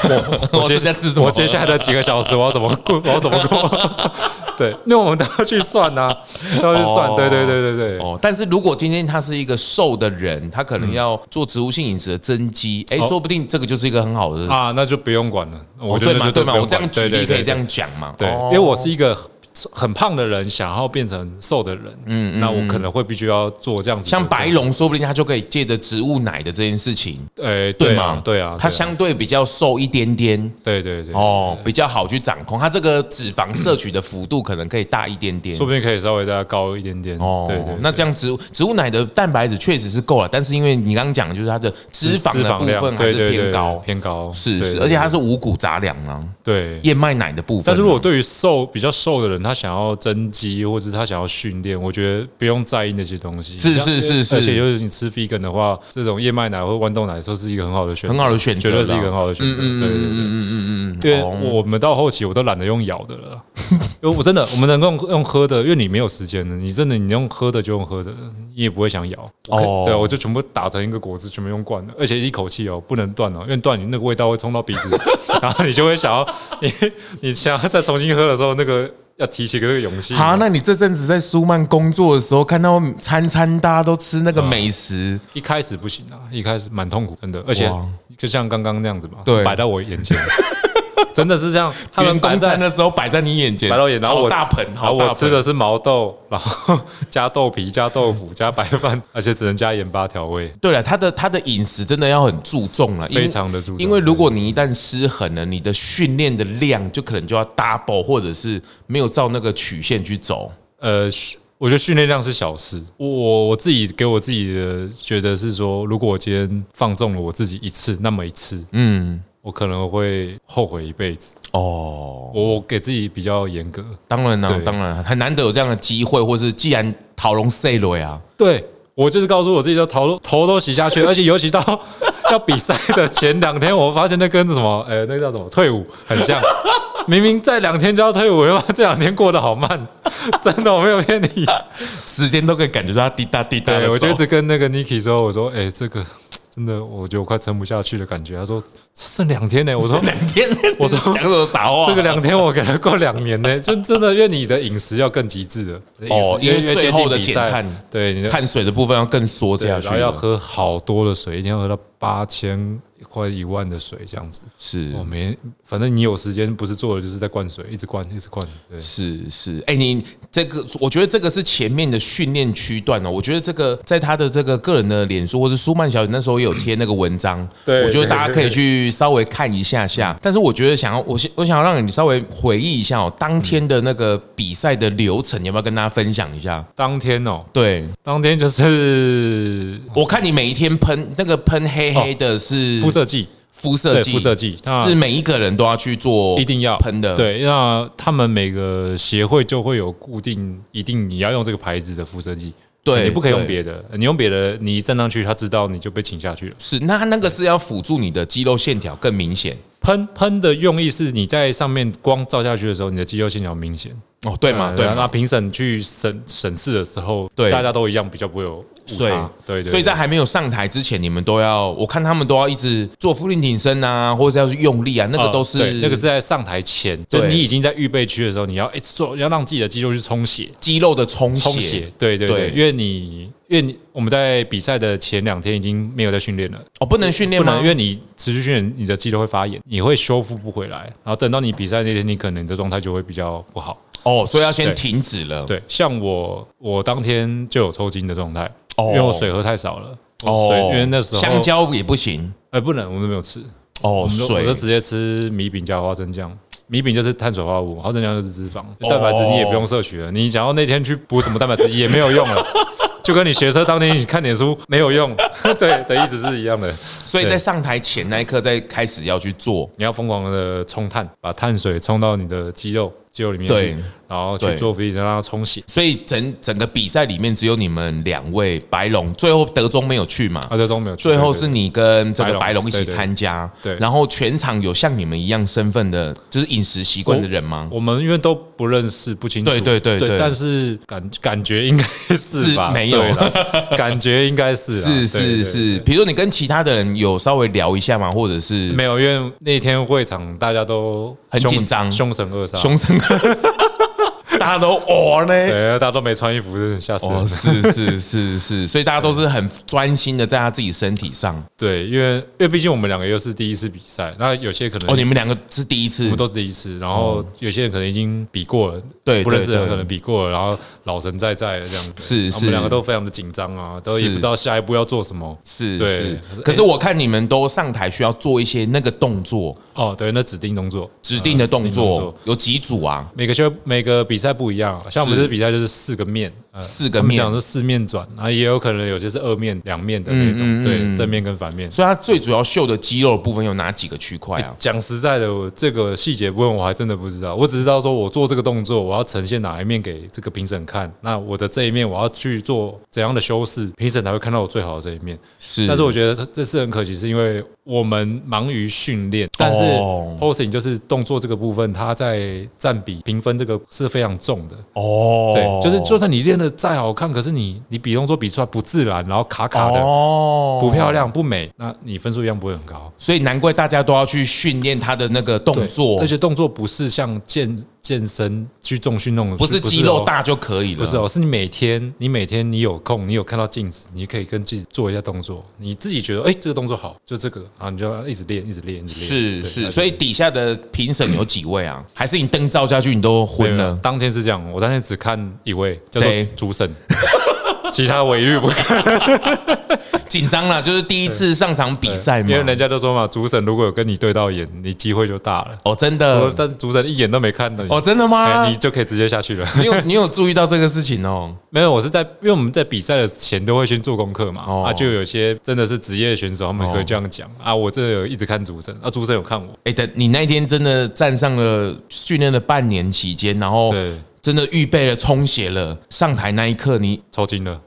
Speaker 1: 我
Speaker 3: 我接
Speaker 1: 现在吃什么？
Speaker 3: 我接下来的几个小时我要怎么过？我要怎么过？ 对，因为我们都要去算呐、都要去算。
Speaker 1: 哦
Speaker 3: 对对对对对。
Speaker 1: 哦，但是如果今天他是一个瘦的人，他可能要做植物性饮食的增肌，哎，
Speaker 3: 哦
Speaker 1: 说不定这个就是一个很好的
Speaker 3: 啊，那就不用管了。
Speaker 1: 哦，
Speaker 3: 我觉
Speaker 1: 对
Speaker 3: 得
Speaker 1: 嘛
Speaker 3: 就
Speaker 1: 对
Speaker 3: 不
Speaker 1: 嘛，
Speaker 3: 用
Speaker 1: 我这样
Speaker 3: 管
Speaker 1: 举
Speaker 3: 对
Speaker 1: 例
Speaker 3: 对
Speaker 1: 可以
Speaker 3: 对
Speaker 1: 这样讲嘛？
Speaker 3: 对，
Speaker 1: 哦
Speaker 3: 因为我是一个很很胖的人，想要变成瘦的人，嗯，那我可能会必须要做这样子的
Speaker 1: 像
Speaker 3: 动作。
Speaker 1: 白龙，说不定他就可以借着植物奶的这件事情，
Speaker 3: 哎，
Speaker 1: 对
Speaker 3: 对
Speaker 1: 吗
Speaker 3: 啊，？对啊，
Speaker 1: 他
Speaker 3: 对啊
Speaker 1: 相对比较瘦一点点，
Speaker 3: 对对对，
Speaker 1: 哦，比较好去掌控，它这个脂肪摄取的幅度可能可以大一点点。
Speaker 3: 说不定可以稍微再高一点点。
Speaker 1: 哦，
Speaker 3: 对对，
Speaker 1: 那这
Speaker 3: 样
Speaker 1: 样植物植物奶的蛋白质确实是够了，但是因为你刚刚讲，就是它的脂肪的部分还
Speaker 3: 对
Speaker 1: 是
Speaker 3: 对对
Speaker 1: 偏高，
Speaker 3: 偏高，
Speaker 1: 是
Speaker 3: 对
Speaker 1: 是，
Speaker 3: 对
Speaker 1: 而且它
Speaker 3: 对
Speaker 1: 是五谷杂粮啊，
Speaker 3: 对。
Speaker 1: 燕麦奶的部分啊。
Speaker 3: 但是如果对于瘦比较瘦的人，他想要增肌或者他想要训练，我觉得不用在意那些东西。
Speaker 1: 是
Speaker 3: 像
Speaker 1: 是是是
Speaker 3: 而且就是你吃 vegan 的话，这种燕麦奶或豌豆奶都是一个很好的选择，
Speaker 1: 很好的选择
Speaker 3: 绝对是
Speaker 1: 啦
Speaker 3: 一个很好的选择。对对对。
Speaker 1: 嗯嗯嗯嗯嗯，
Speaker 3: 因为
Speaker 1: 哦
Speaker 3: 我们到后期我都懒得用咬的 了啦，因为我真的我们能够用喝的，因为你没有时间的，你真的你用喝的就用喝的，你也不会想咬。我可以
Speaker 1: 哦
Speaker 3: 对，我就全部打成一个果汁，全部用灌的，而且一口气哦，不能断哦，因为断你那个味道会冲到鼻子， 然后你就会想要你 你想要再重新喝的时候，那个要提起个那个勇气。
Speaker 1: 好，那你这阵子在舒曼工作的时候，看到餐餐大家都吃那个美食，
Speaker 3: 一开始不行啊，一开始蛮痛苦，真的，而且
Speaker 1: 哇
Speaker 3: 就像刚刚那样子嘛，
Speaker 1: 对
Speaker 3: 摆到我眼 前，真的是这样，
Speaker 1: 他们
Speaker 3: 摆
Speaker 1: 公
Speaker 3: 在
Speaker 1: 餐的时候摆在你眼前，
Speaker 3: 白肉眼，然后
Speaker 1: 好
Speaker 3: 我
Speaker 1: 大盆，
Speaker 3: 然
Speaker 1: 好
Speaker 3: 后
Speaker 1: 大
Speaker 3: 我
Speaker 1: 盆
Speaker 3: 吃的是毛豆，然后 加豆皮、加豆腐、加白饭，而且只能加盐巴调味。
Speaker 1: 对了，他的他的饮食真的要很注重啊了，因为
Speaker 3: 非常地注重
Speaker 1: 因为如果你一旦失衡了，你的训练的量就可能就要 double，或者是没有照那个曲线去走。
Speaker 3: 呃，训我觉得训练量是小事。我我自己给我自己的觉得是说，如果我今天放纵了我自己一次，那么一次，嗯，我可能会后悔一辈子。
Speaker 1: 哦，
Speaker 3: 我我给自己比较严格，
Speaker 1: 当然啦、啊
Speaker 3: 对
Speaker 1: 当然很难得有这样的机会，或是既然讨龙 C 罗呀，
Speaker 3: 对我就是告诉我自己，就头都头都洗 下去，而且尤其到 要比赛的前两天，我发现那跟什么，呃、那个叫什么退伍很像。明明在两天就要退伍，他妈 这两天过得好慢， 真的我没有骗 你。
Speaker 1: 时间都可以感觉到它滴答滴答地
Speaker 3: 对，我就一
Speaker 1: 走
Speaker 3: 直跟那个 Niki 说，我说，哎、这个真的，我觉得我快撑不下去的感觉。他说剩两天呢、我说
Speaker 1: 两天，
Speaker 3: 我说
Speaker 1: 讲什么傻话？
Speaker 3: 这个两天我给他过两年呢、就真的，因为你的饮食要更极致了，
Speaker 1: 哦
Speaker 3: 饮
Speaker 1: 因
Speaker 3: 食
Speaker 1: 为
Speaker 3: 越
Speaker 1: 最
Speaker 3: 接
Speaker 1: 后
Speaker 3: 近
Speaker 1: 的
Speaker 3: 比
Speaker 1: 减
Speaker 3: 赛
Speaker 1: 碳，
Speaker 3: 对你的
Speaker 1: 碳水的部分要更缩
Speaker 3: 对，
Speaker 1: 下
Speaker 3: 然
Speaker 1: 去
Speaker 3: 后
Speaker 1: 了，
Speaker 3: 要喝好多的水，一天要喝到八千快一万的水这样子。
Speaker 1: 是
Speaker 3: 我没，反正你有时间不是做的就是在灌水，一直灌，一直灌。对，
Speaker 1: 是是，哎、你这个，我觉得这个是前面的训练区段哦。我觉得这个在他的这个个人的脸书或是舒曼小姐那时候也有贴那个文章，
Speaker 3: 对
Speaker 1: 我觉得大家可以去稍微看一下 下。但是我觉得想要，我想我想要让你稍微回忆一下哦，当天的那个比赛的流程，要不要跟大家分享一下？
Speaker 3: 当天哦，
Speaker 1: 对，
Speaker 3: 当天就是
Speaker 1: 我看你每一天喷那个喷黑黑的是
Speaker 3: 肤色剂。
Speaker 1: 肤色剂，
Speaker 3: 对肤色剂那
Speaker 1: 是每一个人都要去做，
Speaker 3: 一定
Speaker 1: 哦
Speaker 3: 要
Speaker 1: 喷的，，
Speaker 3: 对，那他们每个协会就会有固定，一定你要用这个牌子的辐射剂，
Speaker 1: 对
Speaker 3: 你不可以用
Speaker 1: 对
Speaker 3: 别的，你用别的，你一站上去，他知道你就被请下去了。
Speaker 1: 是那他那个是要辅助你的肌肉线条更明显。
Speaker 3: 喷喷的用意是你在上面光照下去的时候，你的肌肉线条明显，
Speaker 1: 哦，对嘛，
Speaker 3: 呃
Speaker 1: 对
Speaker 3: 那
Speaker 1: 嘛，
Speaker 3: 评审去审审视的时候，
Speaker 1: 对
Speaker 3: 大家都一样，比较不会有误
Speaker 1: 所以
Speaker 3: 差。对对，
Speaker 1: 所以在
Speaker 3: 对
Speaker 1: 还没有上台之前，你们都要，我看他们都要一直做俯卧挺身啊，或者是要去用力啊，那个
Speaker 3: 呃
Speaker 1: 都是、
Speaker 3: 对那个是在上台前，就是
Speaker 1: 对
Speaker 3: 你已经在预备区的时候，你要一直做，要让自己的肌肉去充血。
Speaker 1: 肌肉的充血，
Speaker 3: 充血，对对
Speaker 1: 对
Speaker 3: 对，因为你因为你我们在比赛的前两天已经没有在训练了，
Speaker 1: 哦，不能训练
Speaker 3: 不
Speaker 1: 吗？
Speaker 3: 能因为你持续训练，你的肌肉会发炎，你会修复不回来，然后等到你比赛那天，你可能你的状态就会比较不好。
Speaker 1: 哦，所以要先
Speaker 3: 对
Speaker 1: 停止了。，
Speaker 3: 对，像我我当天就有抽筋的状态，
Speaker 1: 哦
Speaker 3: 因为我水喝太少了，我水因为那时候
Speaker 1: 香蕉也不行。
Speaker 3: 哎不能，我们都没有吃，
Speaker 1: 哦，
Speaker 3: 我们就我
Speaker 1: 水
Speaker 3: 就直接吃米饼加花生酱。米饼就是碳水化合物，花生酱就是脂肪，
Speaker 1: 哦
Speaker 3: 蛋白质你也不用摄取了。你想要那天去补什么蛋白质也没有用了，就跟你学车当天你看点书没有用， 对的意思是一样的。
Speaker 1: 所以在
Speaker 3: 对
Speaker 1: 上台前那一刻，再开始要去做。
Speaker 3: 你要疯狂的冲碳，把碳水冲到你的肌肉肌肉里面
Speaker 1: 对
Speaker 3: 去，然后去
Speaker 1: 对
Speaker 3: 做俯卧撑让它充血。
Speaker 1: 所以整整个比赛里面，只有你们两位白龙，最后德中没有去嘛？
Speaker 3: 啊，这都没有去。
Speaker 1: 最后
Speaker 3: 对
Speaker 1: 是你跟这个白
Speaker 3: 白龙
Speaker 1: 龙一起
Speaker 3: 对对
Speaker 1: 参加，
Speaker 3: 对
Speaker 1: 然后全场有像你们一样身份的，就是饮食习惯的人吗？
Speaker 3: 我们因为都不认识，不清楚。
Speaker 1: 对对对对
Speaker 3: 但是感感觉应该是吧？
Speaker 1: 是没有
Speaker 3: 对啦，感觉应该是
Speaker 1: 是
Speaker 3: 啊对对
Speaker 1: 是
Speaker 3: 对
Speaker 1: 是，比如说你跟其他的人有稍微聊一下吗？或者是
Speaker 3: 没有，因为那天会场大家都
Speaker 1: 很
Speaker 3: 凶
Speaker 1: 紧张
Speaker 3: 凶神恶煞，
Speaker 1: 凶神恶 煞，大家都哦呢。
Speaker 3: 啊对，大家都没穿衣服，真的吓死
Speaker 1: 哦，
Speaker 3: 人。
Speaker 1: 是是是是，所以大家都是很专心的在他自己身体上。
Speaker 3: 对，因为因为毕竟我们两个又是第一次比赛，那有些可能
Speaker 1: 哦，你们两个是第一
Speaker 3: 我
Speaker 1: 次
Speaker 3: 们，都是第一次，然后有些人可能已经比过了，
Speaker 1: 对
Speaker 3: 不认识的
Speaker 1: 对
Speaker 3: 人
Speaker 1: 对
Speaker 3: 可能比过了，然后老神在在的这样子，
Speaker 1: 是
Speaker 3: 然后我
Speaker 1: 是
Speaker 3: 们两个都非常的紧张啊，都
Speaker 1: 是
Speaker 3: 也不知道下一步要做什么。
Speaker 1: 是
Speaker 3: 对
Speaker 1: 是
Speaker 3: 哎。
Speaker 1: 可是我看你们都上台需要做一些那个动作，
Speaker 3: 哦，对，那指定动作，
Speaker 1: 指定的动
Speaker 3: 嗯指定动
Speaker 1: 作
Speaker 3: 作
Speaker 1: 有几组啊？
Speaker 3: 每个球每个比赛不一样啊，像我们
Speaker 1: 是
Speaker 3: 这比赛就是四个面，呃
Speaker 1: 四个
Speaker 3: 他们
Speaker 1: 面
Speaker 3: 讲是四面转，然后也有可能有些是二面、两面的那
Speaker 1: 嗯嗯
Speaker 3: 种，
Speaker 1: 嗯嗯
Speaker 3: 对，正面跟反面。
Speaker 1: 所以他最主要秀的肌肉的部分有哪几个区块啊？
Speaker 3: 讲实在的，我这个细节部分我还真的不知道，我只知道说我做这个动作，我要呈现哪一面给这个评审看，那我的这一面我要去做怎样的修饰，评审才会看到我最好的这一面。
Speaker 1: 是，
Speaker 3: 但是我觉得这这是很可惜，是因为我们忙于训练，但是
Speaker 1: 哦
Speaker 3: posing 就是动作这个部分，它在占比评分这个是非常重的。
Speaker 1: 哦，
Speaker 3: 对，就是就算你练的再好看，可是你你比动作比出来不自然，然后卡卡的。
Speaker 1: 哦
Speaker 3: 不漂亮不美，那你分数一样不会很高。
Speaker 1: 所以难怪大家都要去训练他的那个动
Speaker 3: 对
Speaker 1: 作
Speaker 3: 而，且动作不是像健健身去重训那种，
Speaker 1: 不是肌肉大就可以了。
Speaker 3: 不是哦，不是哦，是你每天你每天你有空，你有看到镜子，你可以跟镜子做一下动作，你自己觉得哎、这个动作好，就这个啊，你就要一直练，一直练，一直
Speaker 1: 是
Speaker 3: 练。对
Speaker 1: 是，所以底下的评审有几位啊？还是你灯照下去你都
Speaker 3: 没有
Speaker 1: 昏
Speaker 3: 没有
Speaker 1: 了？
Speaker 3: 当天是这样，我当天只看一位叫做
Speaker 1: 谁
Speaker 3: 主审，其他我一律不看。
Speaker 1: 紧张啦，就是第一次上场比赛嘛，
Speaker 3: 呃因为人家都说嘛，主审如果有跟你对到眼，你机会就大了。
Speaker 1: 哦，真
Speaker 3: 我
Speaker 1: 的
Speaker 3: 但主审一眼都没看到你，
Speaker 1: 哦，真的
Speaker 3: 哎
Speaker 1: 吗？
Speaker 3: 你就可以直接下去了。
Speaker 1: 你有你有注意到这个事情哦？
Speaker 3: 没有，我是在，因为我们在比赛的前都会先做功课嘛，
Speaker 1: 哦
Speaker 3: 啊，就有些真的是职业选手，他们
Speaker 1: 哦
Speaker 3: 会这样讲、啊。我这有一直看主审，啊，主审有看我，
Speaker 1: 哎、等你那一天真的站上了训练的半年期间，然后
Speaker 3: 对，
Speaker 1: 真的预备了、充血了，上台那一刻 你
Speaker 3: 抽筋了，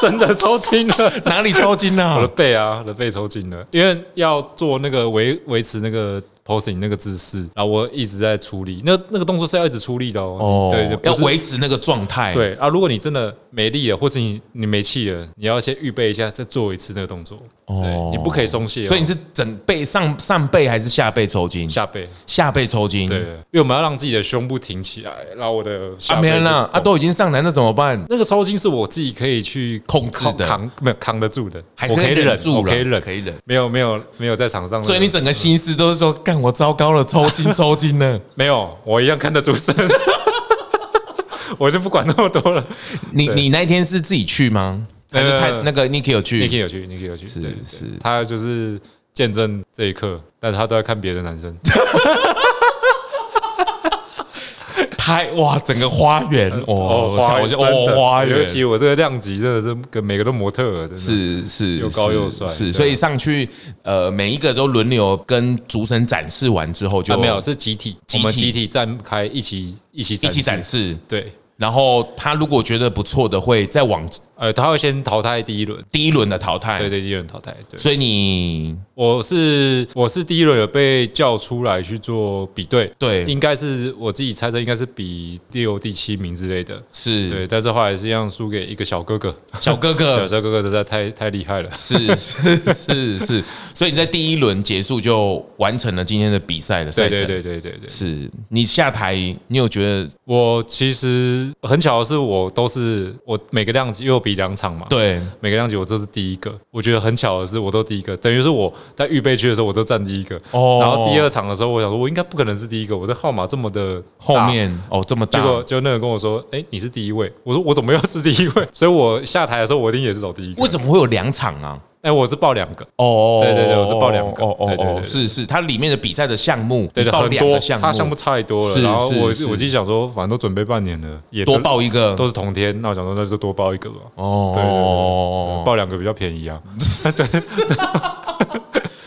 Speaker 3: 真的抽筋 了。
Speaker 1: 哪里抽筋
Speaker 3: 我的
Speaker 1: 啊？
Speaker 3: 背啊，我的背抽筋了，因为要做那个维维持那个 posing 那个姿势，然后我一直在出力，那那个动作是要一直出力的哦。
Speaker 1: 哦，
Speaker 3: 对，对
Speaker 1: 要
Speaker 3: 不是
Speaker 1: 维持那个状态。，
Speaker 3: 对啊，如果你真的没力了，或者你你没气了，你要先预备一下，再做一次那个动作。
Speaker 1: 哦
Speaker 3: 哦，你不可以松懈哦、
Speaker 1: 所以你是嗯整背上上背还是下背抽筋？
Speaker 3: 下背。
Speaker 1: 下背抽筋。
Speaker 3: 对，因为我们要让自己的胸部挺起来，然后我的下
Speaker 1: 啊，
Speaker 3: 背
Speaker 1: 没人了
Speaker 3: 就
Speaker 1: 啊，都已经上台，那怎么办？
Speaker 3: 那个抽筋是我自己可以去
Speaker 1: 控制的
Speaker 3: 扛没有扛得住的，
Speaker 1: 还
Speaker 3: 我可以
Speaker 1: 忍住
Speaker 3: 我
Speaker 1: 了，
Speaker 3: 可以嗯忍，
Speaker 1: 可以忍。
Speaker 3: 没有没有没有在场上的，
Speaker 1: 所以你整个心思都是说，干我糟糕了，抽 筋抽筋了。
Speaker 3: 没有，我一样看得出身， 我就不管那么多了。
Speaker 1: 你
Speaker 3: 对
Speaker 1: 你那一天是自己去吗？还是
Speaker 3: 呃
Speaker 1: 太那个 Niki 有去
Speaker 3: Niki 有去，Niki 有去，对对
Speaker 1: 是
Speaker 3: 他就是见证这一刻，但他都在看别的男生。
Speaker 1: 太哇，整个花园
Speaker 3: 呃
Speaker 1: 哦，吓我就
Speaker 3: 真
Speaker 1: 哦
Speaker 3: 的
Speaker 1: 花
Speaker 3: 尤
Speaker 1: 园，
Speaker 3: 其我这个量级真的是跟每个都模特儿，真的
Speaker 1: 是是
Speaker 3: 又高又
Speaker 1: 是
Speaker 3: 帅对
Speaker 1: 是，
Speaker 3: 啊
Speaker 1: 所以上去呃每一个都轮流跟主神展示完之后就
Speaker 3: 啊没有是集体，
Speaker 1: 集体
Speaker 3: 我们集体站开一起一起
Speaker 1: 一起展，示，
Speaker 3: 对。
Speaker 1: 然后他如果觉得不错的会再往
Speaker 3: 呃，他会先淘汰第一轮，
Speaker 1: 第一轮的淘汰，
Speaker 3: 对对，第一轮淘汰。对，
Speaker 1: 所以你
Speaker 3: 哎我是我是第一轮有被叫出来去做比对，
Speaker 1: 对
Speaker 3: 应该是我自己猜测，应该是比第六、第七名之类的。
Speaker 1: 是
Speaker 3: 对，但是后呃来是一样输给一个小哥哥，
Speaker 1: 小哥
Speaker 3: 小
Speaker 1: 哥。
Speaker 3: 小哥哥实在太太厉害了。
Speaker 1: 是是是是，所以你在第一轮结束就完成了今天的比赛的赛
Speaker 3: 对
Speaker 1: 程。
Speaker 3: 对对对对对，
Speaker 1: 是你下台，你有觉得
Speaker 3: 我其实很巧的是，我都是我每个量级，因为我比两场嘛，，
Speaker 1: 对
Speaker 3: 每个量级我这是第一个。我觉得很巧的是，我都第一个，等于是我在预备区的时候我都占第一个，
Speaker 1: 哦
Speaker 3: 然后第二场的时候，我想说我应该不可能是第一个，我的号码这么的
Speaker 1: 后
Speaker 3: 大。
Speaker 1: 面哦这么大
Speaker 3: 结果就那个跟我说：“哎、你是第一位。”我说：“我怎么又是第一位？” 所以，我下台的时候，我一定也是走第一个。
Speaker 1: 为什么会有两场啊？
Speaker 3: 哎、我是报两个，
Speaker 1: 哦，
Speaker 3: 对对对我是报两个
Speaker 1: 哦哦
Speaker 3: 对对对
Speaker 1: 哦，
Speaker 3: 对
Speaker 1: 是是，它里面的比赛的项目，
Speaker 3: 对
Speaker 1: 你
Speaker 3: 的，
Speaker 1: 报
Speaker 3: 很
Speaker 1: 两
Speaker 3: 多
Speaker 1: 个项目，
Speaker 3: 他项目太多了。
Speaker 1: 是
Speaker 3: 然后
Speaker 1: 是
Speaker 3: 我
Speaker 1: 是
Speaker 3: 我自己想说，反正都准备半年了，也
Speaker 1: 多
Speaker 3: 都
Speaker 1: 报一个
Speaker 3: 都是同天，那我想说那就多报一个吧。对对对对，
Speaker 1: 哦，
Speaker 3: 报两个比较便宜啊。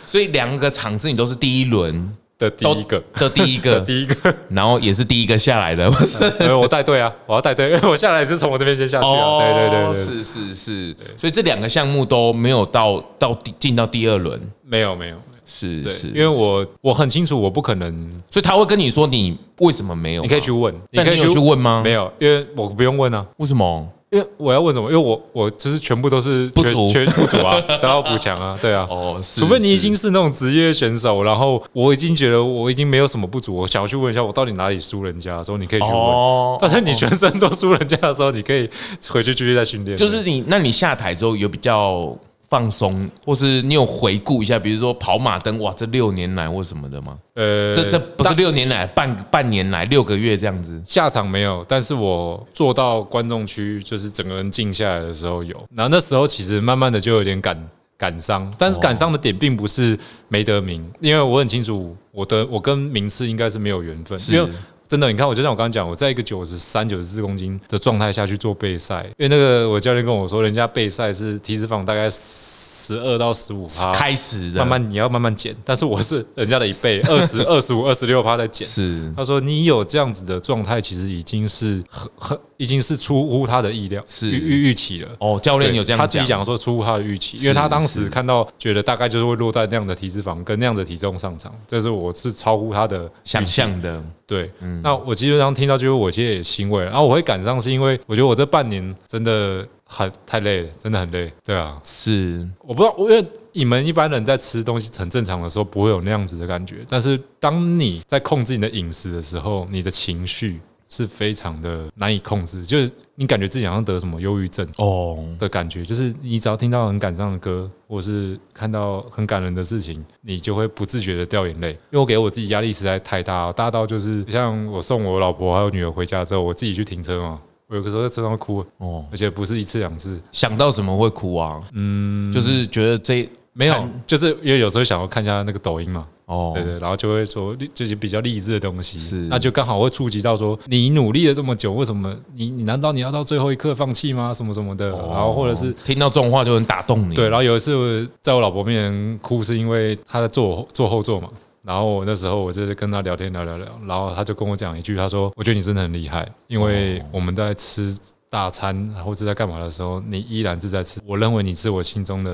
Speaker 1: 所以两个场次你都是第一轮
Speaker 3: 的第一个，
Speaker 1: 的第一
Speaker 3: 的
Speaker 1: 个，
Speaker 3: 第一个，
Speaker 1: 然后也是第一个下来的，不 是？
Speaker 3: 没有我带队啊，我要带队，因为我下来是从我这边先下去
Speaker 1: 哦
Speaker 3: 啊。对对对
Speaker 1: 是
Speaker 3: 对，
Speaker 1: 是是，所以这两个项目都没有到到第进到第二轮，
Speaker 3: 没有没有，
Speaker 1: 是
Speaker 3: 对，因
Speaker 1: 是，
Speaker 3: 为我我很清楚，我不可能，
Speaker 1: 所以他会跟你说你为什么没有吗，
Speaker 3: 你可以去问，
Speaker 1: 啊但
Speaker 3: 可以
Speaker 1: 你有去问吗
Speaker 3: 没有，因为我不用问啊。
Speaker 1: 为什么？
Speaker 3: 因为我要问什么？因为我我就是全部都是
Speaker 1: 不
Speaker 3: 缺
Speaker 1: 足
Speaker 3: 缺不足 啊，都要补强啊，对啊。
Speaker 1: 哦是
Speaker 3: 除非你已
Speaker 1: 是
Speaker 3: 经是那种职业选手，然后我已经觉得我已经没有什么不足，我想要去问一下我到底哪里输人家的时候，你可以去问。
Speaker 1: 哦
Speaker 3: 但是你全身都输人家的时候，你可以回去继续再训练。
Speaker 1: 就是你，那你下台之后有比较放松，或是你有回顾一下，比如说跑马灯，哇，这六年来或什么的吗？
Speaker 3: 呃，
Speaker 1: 这这不是六年来，半半年来，六个月这样子。
Speaker 3: 下场没有，但是我坐到观众区，就是整个人静下来的时候有。然后那时候其实慢慢的就有点感感伤，但是感伤的点并不是没得名，因为我很清楚我的我跟名次应该是没有缘分，因为。真的，你看，我就像我刚刚讲，我在一个九十三、九十四公斤的状态下去做备赛，因为那个我教练跟我说，人家备赛是体脂肪大概十二到十五趴，
Speaker 1: 开始啊的
Speaker 3: 慢慢你要慢慢减，但是我是人家的一倍，二十二、十五、二十六趴在减，
Speaker 1: 是
Speaker 3: 他说：“你有这样子的状态，其实已经是很很，已经是出乎他的意料，
Speaker 1: 是
Speaker 3: 预预预期了。”
Speaker 1: 哦，教练有这样
Speaker 3: 他自己讲说出乎他的预期，因为他当时看到觉得大概就是会落在那样的体脂肪跟那样的体重上场，这是我是超乎他的
Speaker 1: 想
Speaker 3: 预期
Speaker 1: 象嗯的
Speaker 3: 对，那我基本上听到就是我其实也欣慰了，然后我会赶上是因为我觉得我这半年真的很太累了，真的很累，对啊，
Speaker 1: 是
Speaker 3: 我不知道，因为你们一般人在吃东西很正常的时候，不会有那样子的感觉。但是当你在控制你的饮食的时候，你的情绪是非常的难以控制，就是你感觉自己好像得什么忧郁症
Speaker 1: 哦，
Speaker 3: 的感觉。就是你只要听到很感伤的歌，或是看到很感人的事情，你就会不自觉的掉眼泪。因为我给我自己压力实在太大，大到就是像我送我老婆还有女儿回家之后，我自己去停车嘛。我有个时候在车上会哭，
Speaker 1: 哦，
Speaker 3: 而且不是一次两次，
Speaker 1: 想到什么会哭啊？嗯，就是觉得这
Speaker 3: 没有，就是因为有时候想要看一下那个抖音嘛，
Speaker 1: 哦，
Speaker 3: 对对，然后就会说就是比较励志的东西，
Speaker 1: 是
Speaker 3: 那就刚好会触及到说你努力了这么久，为什么你你难道你要到最后一刻放弃吗？什么什么的，
Speaker 1: 哦
Speaker 3: 然后或者是
Speaker 1: 听到这种话就很打动你。
Speaker 3: 对，然后有一次我在我老婆面前哭，是因为她在坐我坐后座嘛。然后我那时候我就是跟她聊天聊聊聊，然后她就跟我讲一句，她说：“我觉得你真的很厉害，因
Speaker 1: 哦
Speaker 3: 为我们在吃大餐或者在干嘛的时候，你依然是在吃。我认为你是我心中的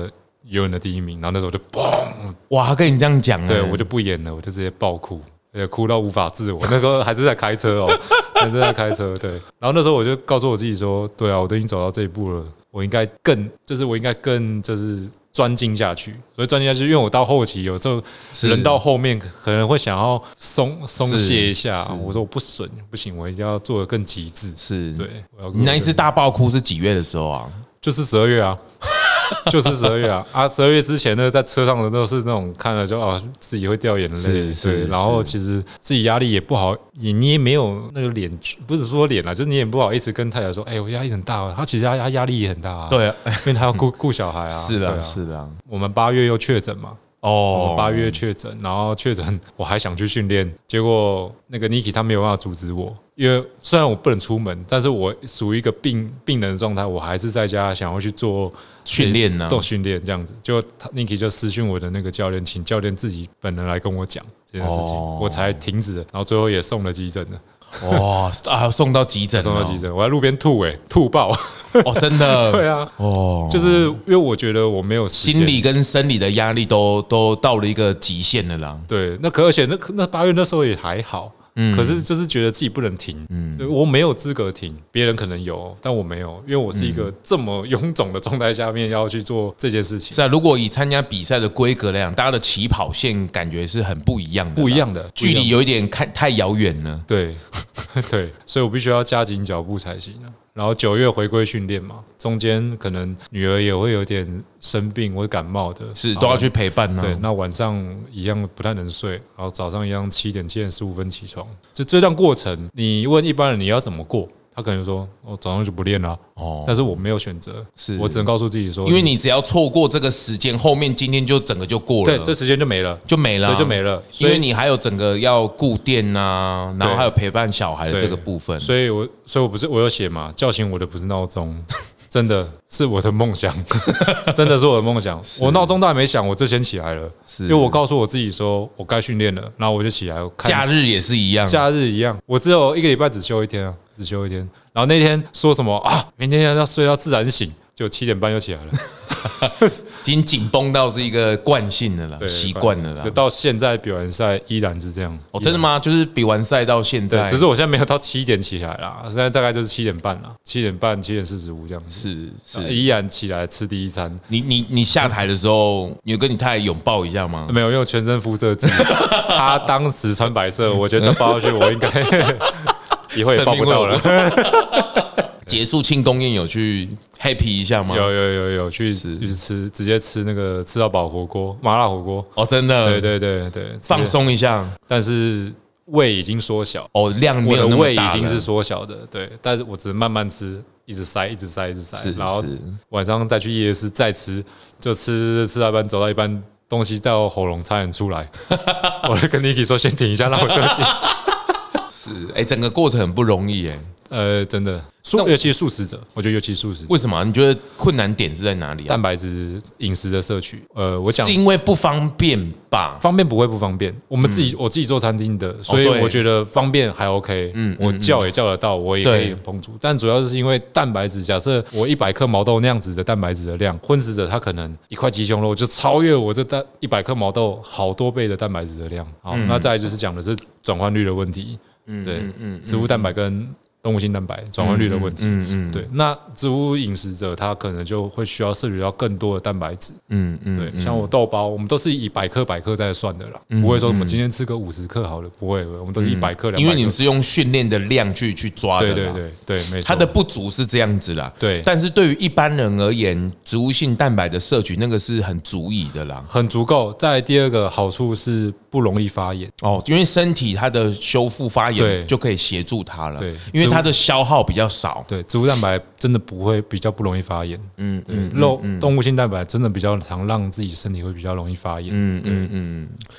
Speaker 3: 永远的第一名。”然后那时候我就砰，
Speaker 1: 哇，他跟你这样讲，
Speaker 3: 对
Speaker 1: 哎
Speaker 3: 我就不演了，我就直接爆哭，而且哭到无法自我。那时候还是在开车哦， 还是在开车。对，然后那时候我就告诉我自己说，对啊，我都已经走到这一步了，我应该更，就是我应该更，就是专精下去。所以专精下去，因为我到后期有时候
Speaker 1: 是
Speaker 3: 人到后面可能会想要松松懈一下
Speaker 1: 是，
Speaker 3: 我说我不损不行，我一定要做的更极致。
Speaker 1: 是
Speaker 3: 对，，我要
Speaker 1: 你那一次
Speaker 3: 是
Speaker 1: 大爆哭是几月的时候啊？
Speaker 3: 就是十二月啊。 就是十二月啊啊！十二月之前呢，在车上的都是那种看了就啊，自己会掉眼泪，
Speaker 1: 是
Speaker 3: 对
Speaker 1: 是
Speaker 3: 然后
Speaker 1: 是
Speaker 3: 其实自己压力也不好，你你也没有那个脸，不是说脸啊，就是你也不好意思跟太太说，哎、我压力很大、啊。他其实他他压力也很大、啊，，
Speaker 1: 对，
Speaker 3: 因为他要顾 顾小孩啊。
Speaker 1: 是
Speaker 3: 对
Speaker 1: 啦
Speaker 3: 啊，
Speaker 1: 是啦，
Speaker 3: 我们八月又确诊嘛，
Speaker 1: 哦
Speaker 3: 我，八月确诊，然后确诊，我还想去训练，结果那个 Niki 他没有办法阻止我，因为虽然我不能出门，但是我属于一个病病人的状态，我还是在家想要去做
Speaker 1: 训练啊呢
Speaker 3: 做训练这样子。就 Niki 就私讯我的那个教练，请教练自己本人来跟我讲这件事情，
Speaker 1: 哦
Speaker 3: 我才停止了，然后最后也送了急诊了，
Speaker 1: 哇啊，送到急诊哦，
Speaker 3: 送到急诊，我在路边吐哎、吐爆，
Speaker 1: 哦，真的，
Speaker 3: 对啊，
Speaker 1: 哦，
Speaker 3: 就是因为我觉得我没有时间
Speaker 1: 心理跟生理的压力都都到了一个极限了啦。
Speaker 3: 对，那可而且那那八月那时候也还好，
Speaker 1: 嗯
Speaker 3: 可是就是觉得自己不能停，嗯，我没有资格停，别人可能有，但我没有，因为我是一
Speaker 1: 嗯
Speaker 3: 个这么臃肿的状态下面要去做这件事情，
Speaker 1: 是啊，如果以参加比赛的规格来讲，大家的起跑线感觉是很不一样的啦，
Speaker 3: 不一样的
Speaker 1: 距
Speaker 3: 不一
Speaker 1: 离
Speaker 3: 样
Speaker 1: 有一点看太遥远了。
Speaker 3: 对 对，所以我必须要加紧脚步才行啊。然后九月回归训练嘛，中间可能女儿也会有点生病或感冒的，
Speaker 1: 是
Speaker 3: 然后
Speaker 1: 都要去陪伴呢、
Speaker 3: 哦
Speaker 1: 啊
Speaker 3: 对，那晚上一样不太能睡，然后早上一样七点七点十五分起床。就这段过程，你问一般人你要怎么过，他可能说：“哦，早上就不练了、
Speaker 1: 哦，
Speaker 3: 但是我没有选择，
Speaker 1: 是
Speaker 3: 我只能告诉自己说，
Speaker 1: 因为你只要错过这个时间，后面今天就整个就过了，
Speaker 3: 对这时间就没了，
Speaker 1: 就没了、
Speaker 3: 对，就没。了。
Speaker 1: 因
Speaker 3: 所以
Speaker 1: 为你还有整个要顾店呐、然后
Speaker 3: 对
Speaker 1: 还有陪伴小孩的
Speaker 3: 对
Speaker 1: 这个部分，
Speaker 3: 所以我所以我不是我有写嘛，叫醒我的不是闹钟。 真的是我的梦想， 真的是我的梦想。我闹钟都还没响，我就先起来了，
Speaker 1: 是
Speaker 3: 因为我告诉我自己说，我该训练了，然后我就起来。我看
Speaker 1: 假日也是一样，
Speaker 3: 假日一样，我只有一个礼拜只休一天啊，只休一天。然后那天说什么啊，明天要睡到自然醒，就七点半就 起来了，
Speaker 1: 已经紧绷到是一个惯性了啦，
Speaker 3: 对
Speaker 1: 习惯了
Speaker 3: 就
Speaker 1: 啦。
Speaker 3: 到现在比完赛依然是这样。
Speaker 1: 哦，真的吗？就是比完赛到现
Speaker 3: 对
Speaker 1: 在，，
Speaker 3: 只是我现在没有到七点起来啦，现在大概就是七点半啦，七点半、七点四十五这样子。
Speaker 1: 是是，
Speaker 3: 依然起来吃第一餐，
Speaker 1: 你你你下台的时候，你有跟你太太拥抱一下吗？
Speaker 3: 没有用全身辐射剂。 他当时穿白色，我觉得抱下去我 应该以后也抱不到了。
Speaker 1: 结束庆功宴有去 happy 一下吗？
Speaker 3: 有有有有去去吃，直接吃那个吃到饱火锅，麻辣火锅。
Speaker 1: 哦，真的，
Speaker 3: 对对对对，
Speaker 1: 放
Speaker 3: 直接
Speaker 1: 松一下。
Speaker 3: 但是胃已经缩小，
Speaker 1: 哦，量没
Speaker 3: 我
Speaker 1: 有
Speaker 3: 的
Speaker 1: 那么
Speaker 3: 胃已
Speaker 1: 大
Speaker 3: 经
Speaker 1: 了
Speaker 3: 是缩小的，对，但是我只能慢慢吃，一直塞，一直塞，一直塞
Speaker 1: 是，
Speaker 3: 然后
Speaker 1: 是
Speaker 3: 晚上再去夜市再吃，就吃吃到一半，走到一半，东西到喉咙差点 出来，我就跟 Niki 说先停一下，让我休息。
Speaker 1: 是，哎、整个过程很不容易哎、
Speaker 3: 呃，真的，素
Speaker 1: 那我
Speaker 3: 尤其是素食者，我觉得尤其是素食者
Speaker 1: 为。什么啊、你觉得困难点是在哪里啊
Speaker 3: 蛋？白质饮食的摄取，呃，我讲
Speaker 1: 是因为不方便吧？
Speaker 3: 方便不会不方便，我们自己、我自己做餐厅的，所以
Speaker 1: 对
Speaker 3: 我觉得方便还 OK，嗯，我叫也叫得到，我也可以
Speaker 1: 对
Speaker 3: 烹煮，但主要是因为蛋白质，假设我一百克毛豆那样子的蛋白质的量，荤食者他可能一块鸡胸肉就超越我这蛋一百克毛豆好多倍的蛋白质的量，好，那再来就是讲的是转换率的问题，嗯，对，嗯，植物蛋白跟动物性蛋白转换率的问题，
Speaker 1: 嗯嗯，
Speaker 3: 对，那植物饮食者他可能就会需要摄取到更多的蛋白质，
Speaker 1: 嗯嗯，
Speaker 3: 对，
Speaker 1: 嗯
Speaker 3: 像我豆包，我们都是以百克百克在算的啦，不会说什么今天吃个五十克好了，不会，我们都是一百克两百克。
Speaker 1: 嗯因为你们是用训练的量去去抓的
Speaker 3: 对
Speaker 1: 啦，
Speaker 3: 对对对，没错。
Speaker 1: 它的不足是这样子啦。
Speaker 3: 对
Speaker 1: 但是对于一般人而言，植物性蛋白的摄取那个是很足以的啦。
Speaker 3: 很足够。再来第二个好处是不容易发炎。
Speaker 1: 哦，因为身体它的修复发
Speaker 3: 对
Speaker 1: 炎就可以协助它了，
Speaker 3: 对
Speaker 1: 因为它的消耗比较少，
Speaker 3: 对，植物蛋白真的不会比较不容易发炎。嗯，对，肉动物性蛋白真的比较常让自己身体会比较容易发炎。嗯，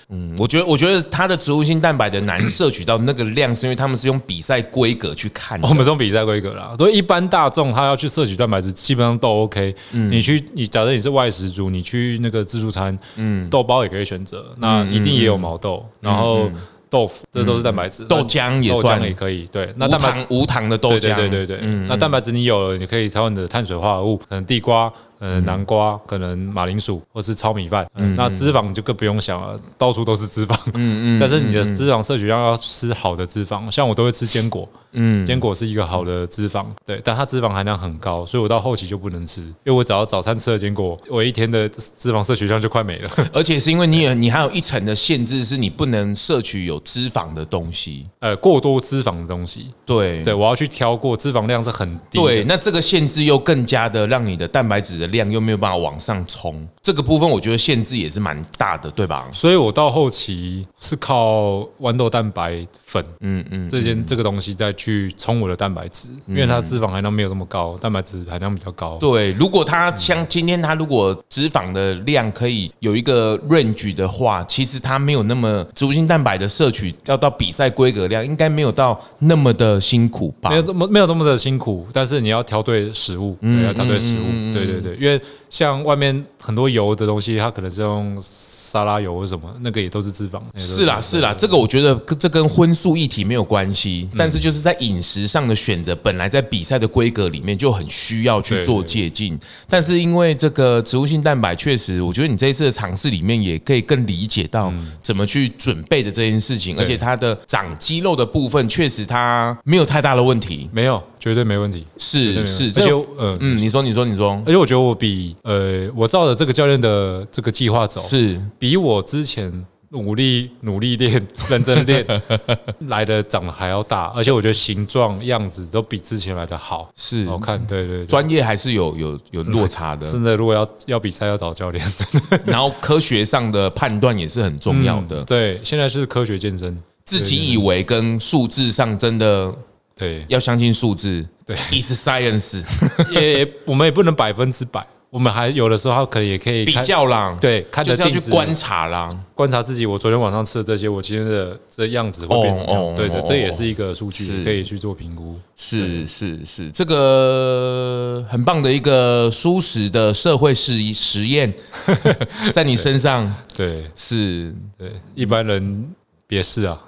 Speaker 1: 嗯我觉得我觉得它的植物性蛋白的难摄取到那个量，是因为他们是用比赛规格去看的
Speaker 3: 哦我们这种比赛规格啦，所以一般大众他要去摄取蛋白质，基本上都 OK。你
Speaker 1: 嗯
Speaker 3: 去，你假设你是外食族，你去那个自助餐，嗯，豆包也可以选
Speaker 1: 嗯
Speaker 3: 择，那一定也有毛豆，然后豆腐，这都是蛋白质，
Speaker 1: 豆浆也
Speaker 3: 豆
Speaker 1: 算
Speaker 3: 浆也可以。对，那
Speaker 1: 无
Speaker 3: 蛋白
Speaker 1: 糖无糖的豆
Speaker 3: 对
Speaker 1: 浆，
Speaker 3: 对对对对，那蛋白质你有了，你可以超你的碳水化合物，可能地瓜。呃，南瓜可能马铃薯或是糙米饭，嗯，那脂肪就更不用想了，到处都是脂肪，嗯嗯， 但是你的脂肪摄取量要吃好的脂肪，像我都会吃坚果，嗯，坚果是一个好的脂肪，对，但它脂肪含量很高，所以我到后期就不能吃，因为我只要早餐吃了坚果，我一天的脂肪摄取量就快没了，
Speaker 1: 而且是因为你有你还有一层的限制，是你不能摄取有脂肪的东西。
Speaker 3: 呃，过多脂肪的东西，
Speaker 1: 对
Speaker 3: 对我要去挑过脂肪量是很低的，
Speaker 1: 对，那这个限制又更加的让你的蛋白质的量又没有办法往上冲，这个部分我觉得限制也是蛮大的，对吧？
Speaker 3: 所以我到后期是靠豌豆蛋白粉，嗯嗯，这件这个东西再去冲我的蛋白质，因为它脂肪含量没有这么高，蛋白质含量比较高。
Speaker 1: 嗯对，啊如果它像今天它如果脂肪的量可以有一个 range 的话，其实它没有那么植物性蛋白的摄取要到比赛规格量，应该没有到那么的辛苦吧
Speaker 3: 没？有这么没有这么的辛苦，但是你要挑对食物，
Speaker 1: 嗯
Speaker 3: 对，要挑对食物，对对对，因为像外面很多油的东西，它可能是用沙拉油或什么，那个也都是脂肪。那个都
Speaker 1: 是啦，是啦，这个我觉得跟这跟荤素议题没有关系，
Speaker 3: 嗯
Speaker 1: 但是就是在饮食上的选择，本来在比赛的规格里面就很需要去做借鉴，但是因为这个植物性蛋白，确实，我觉得你这一次的尝试里面也可以更理解到
Speaker 3: 嗯
Speaker 1: 怎么去准备的这件事情，而且它的长肌肉的部分，确实它没有太大的问题，
Speaker 3: 没有，绝对没问题。绝对
Speaker 1: 是
Speaker 3: 没有
Speaker 1: 是，
Speaker 3: 而且
Speaker 1: 这
Speaker 3: 我嗯哦
Speaker 1: 嗯，你说你说你说
Speaker 3: 而且我觉得我比呃，我照着这个教练的这个计划走，
Speaker 1: 是
Speaker 3: 比我之前努力努力练、认真 练来的长得还要大，而且我觉得形状样子都比之前来的好，
Speaker 1: 是
Speaker 3: 好哦看。对对对，
Speaker 1: 专业还是有有有落差的，
Speaker 3: 真的，如果要要比赛要找教练，真的嗯
Speaker 1: 然后科学上的判断也是很重要的。
Speaker 3: 对，现在是科学健身，
Speaker 1: 自己以为跟数字上真的
Speaker 3: 对，
Speaker 1: 要相信数字，
Speaker 3: 对
Speaker 1: ，is science
Speaker 3: 也也我们也不能百分之百，我们还有的时候可能也可以
Speaker 1: 比
Speaker 3: 看
Speaker 1: 较啦，
Speaker 3: 对看
Speaker 1: 就
Speaker 3: 着
Speaker 1: 是要去
Speaker 3: 镜子
Speaker 1: 观察啦，
Speaker 3: 观察自己，我昨天晚上吃的这些，我今天的这样子会变怎么
Speaker 1: 哦哦
Speaker 3: 样？对
Speaker 1: 哦
Speaker 3: 对，这也是一个数
Speaker 1: 是
Speaker 3: 据，可以去做评估。
Speaker 1: 是是是，这个很棒的一个舒适的社会实实 验，在你身上
Speaker 3: 对
Speaker 1: 是
Speaker 3: 对，一般人别试啊。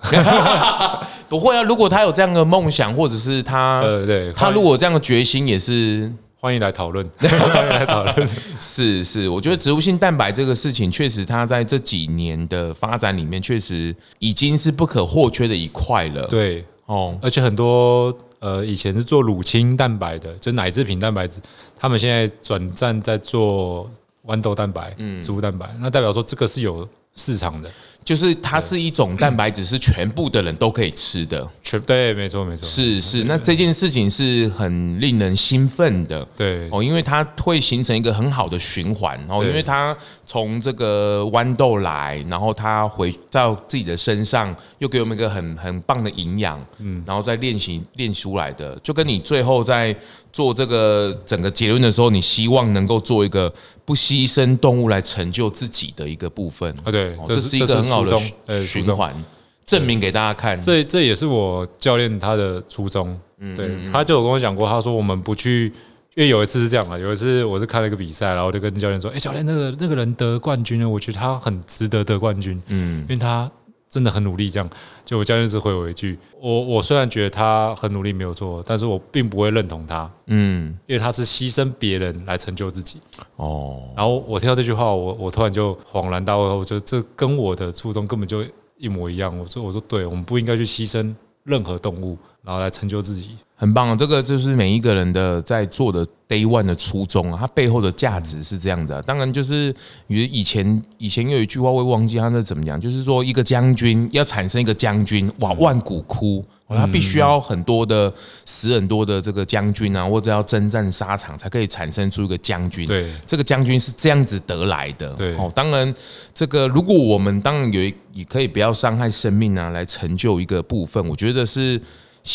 Speaker 1: 不会啊。如果他有这样的梦想，或者是他
Speaker 3: 呃，对，
Speaker 1: 他
Speaker 3: 欢迎
Speaker 1: 如果有这样的决心，也是
Speaker 3: 欢迎来讨论， 欢迎来讨论。
Speaker 1: 是是，我觉得植物性蛋白这个事情，确实它在这几年的发展里面，确实已经是不可或缺的一块了。
Speaker 3: 对，
Speaker 1: 哦，
Speaker 3: 而且很多呃以前是做乳清蛋白的，就奶制品蛋白质，他们现在转战在做豌豆蛋白、植物蛋白，那代表说这个是有市场的。
Speaker 1: 就是它是一种蛋白质，是全部的人都可以吃的。
Speaker 3: 全对，没错没错，
Speaker 1: 是是，那这件事情是很令人兴奋的。
Speaker 3: 对
Speaker 1: 哦，因为它会形成一个很好的循环哦，
Speaker 3: 对
Speaker 1: 因为它从这个豌豆来，然后它回到自己的身上，又给我们一个很很棒的营养，嗯，然后再练习练出来的，就跟你最后在做这个整个结论的时候，你希望能够做一个不牺牲动物来成就自己的一个部分
Speaker 3: 啊对
Speaker 1: 哦
Speaker 3: 这
Speaker 1: 这
Speaker 3: 是
Speaker 1: 是一
Speaker 3: 这
Speaker 1: 个
Speaker 3: 是
Speaker 1: 很好的
Speaker 3: 初衷
Speaker 1: 循
Speaker 3: 呃初
Speaker 1: 循
Speaker 3: 衷
Speaker 1: 环，证明给大家看，
Speaker 3: 这这也是我教练他的初衷。对，他就有跟我讲过，他说我们不去。因为有一次是这样嘛，有一次我是看了一个比赛，然后我就跟教练说：“哎、教练，那个那个人得冠军了，我觉得他很值得得冠军，嗯，因为他真的很努力。”这样，就我教练只回我一句：“我我虽然觉得他很努力没有错，但是我并不会认同他，
Speaker 1: 嗯，
Speaker 3: 因为他是牺牲别人来成就自己。”
Speaker 1: 哦，
Speaker 3: 然后我听到这句话，我我突然就恍然大悟，我觉得这跟我的初衷根本就一模一样。我说我说对，我们不应该去牺牲任何动物，然后来成就自己。
Speaker 1: 很棒啊，这个就是每一个人的在做的 day one 的初衷啊，它背后的价值是这样的啊、当然，就是与以前以前有一句话，我也忘记它那怎么讲，就是说一个将军要产生一个将军，哇，万古枯。哦它必须要很多的死很多的这个将军啊，或者要征战沙场，才可以产生出一个将军。啊
Speaker 3: 对
Speaker 1: 这个将军是这样子得来的。
Speaker 3: 对
Speaker 1: 哦，当然这个如果我们当然有一也可以不要伤害生命啊，来成就一个部分，我觉得是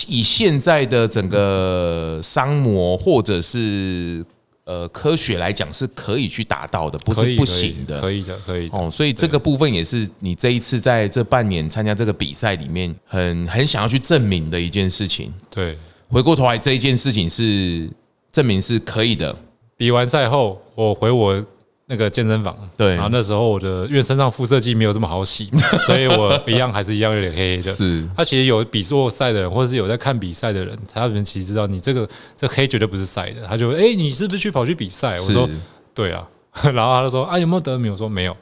Speaker 1: 以现在的整个商模或者是呃科学来讲是可以去达到的，不
Speaker 3: 可以
Speaker 1: 是不行的。
Speaker 3: 可以的，可以的。
Speaker 1: 哦，所以这个部分也是你这一次在这半年参加这个比赛里面很很想要去证明的一件事情。
Speaker 3: 对，
Speaker 1: 回过头来，这一件事情是证明是可以的，
Speaker 3: 比完赛后，我回我那个健身房，
Speaker 1: 对
Speaker 3: 然后那时候我的因为身上辐射剂没有这么 好洗，所以我一样还是一样有点黑黑的。
Speaker 1: 是
Speaker 3: 他其实有比过赛的人，或者是有在看比赛的人，他们其实知道你这个这黑绝对不是晒的，他就哎、诶你是不是去跑去比赛？我
Speaker 1: 是，
Speaker 3: 说对啊， 然后他就说啊有没有得名？我说没有，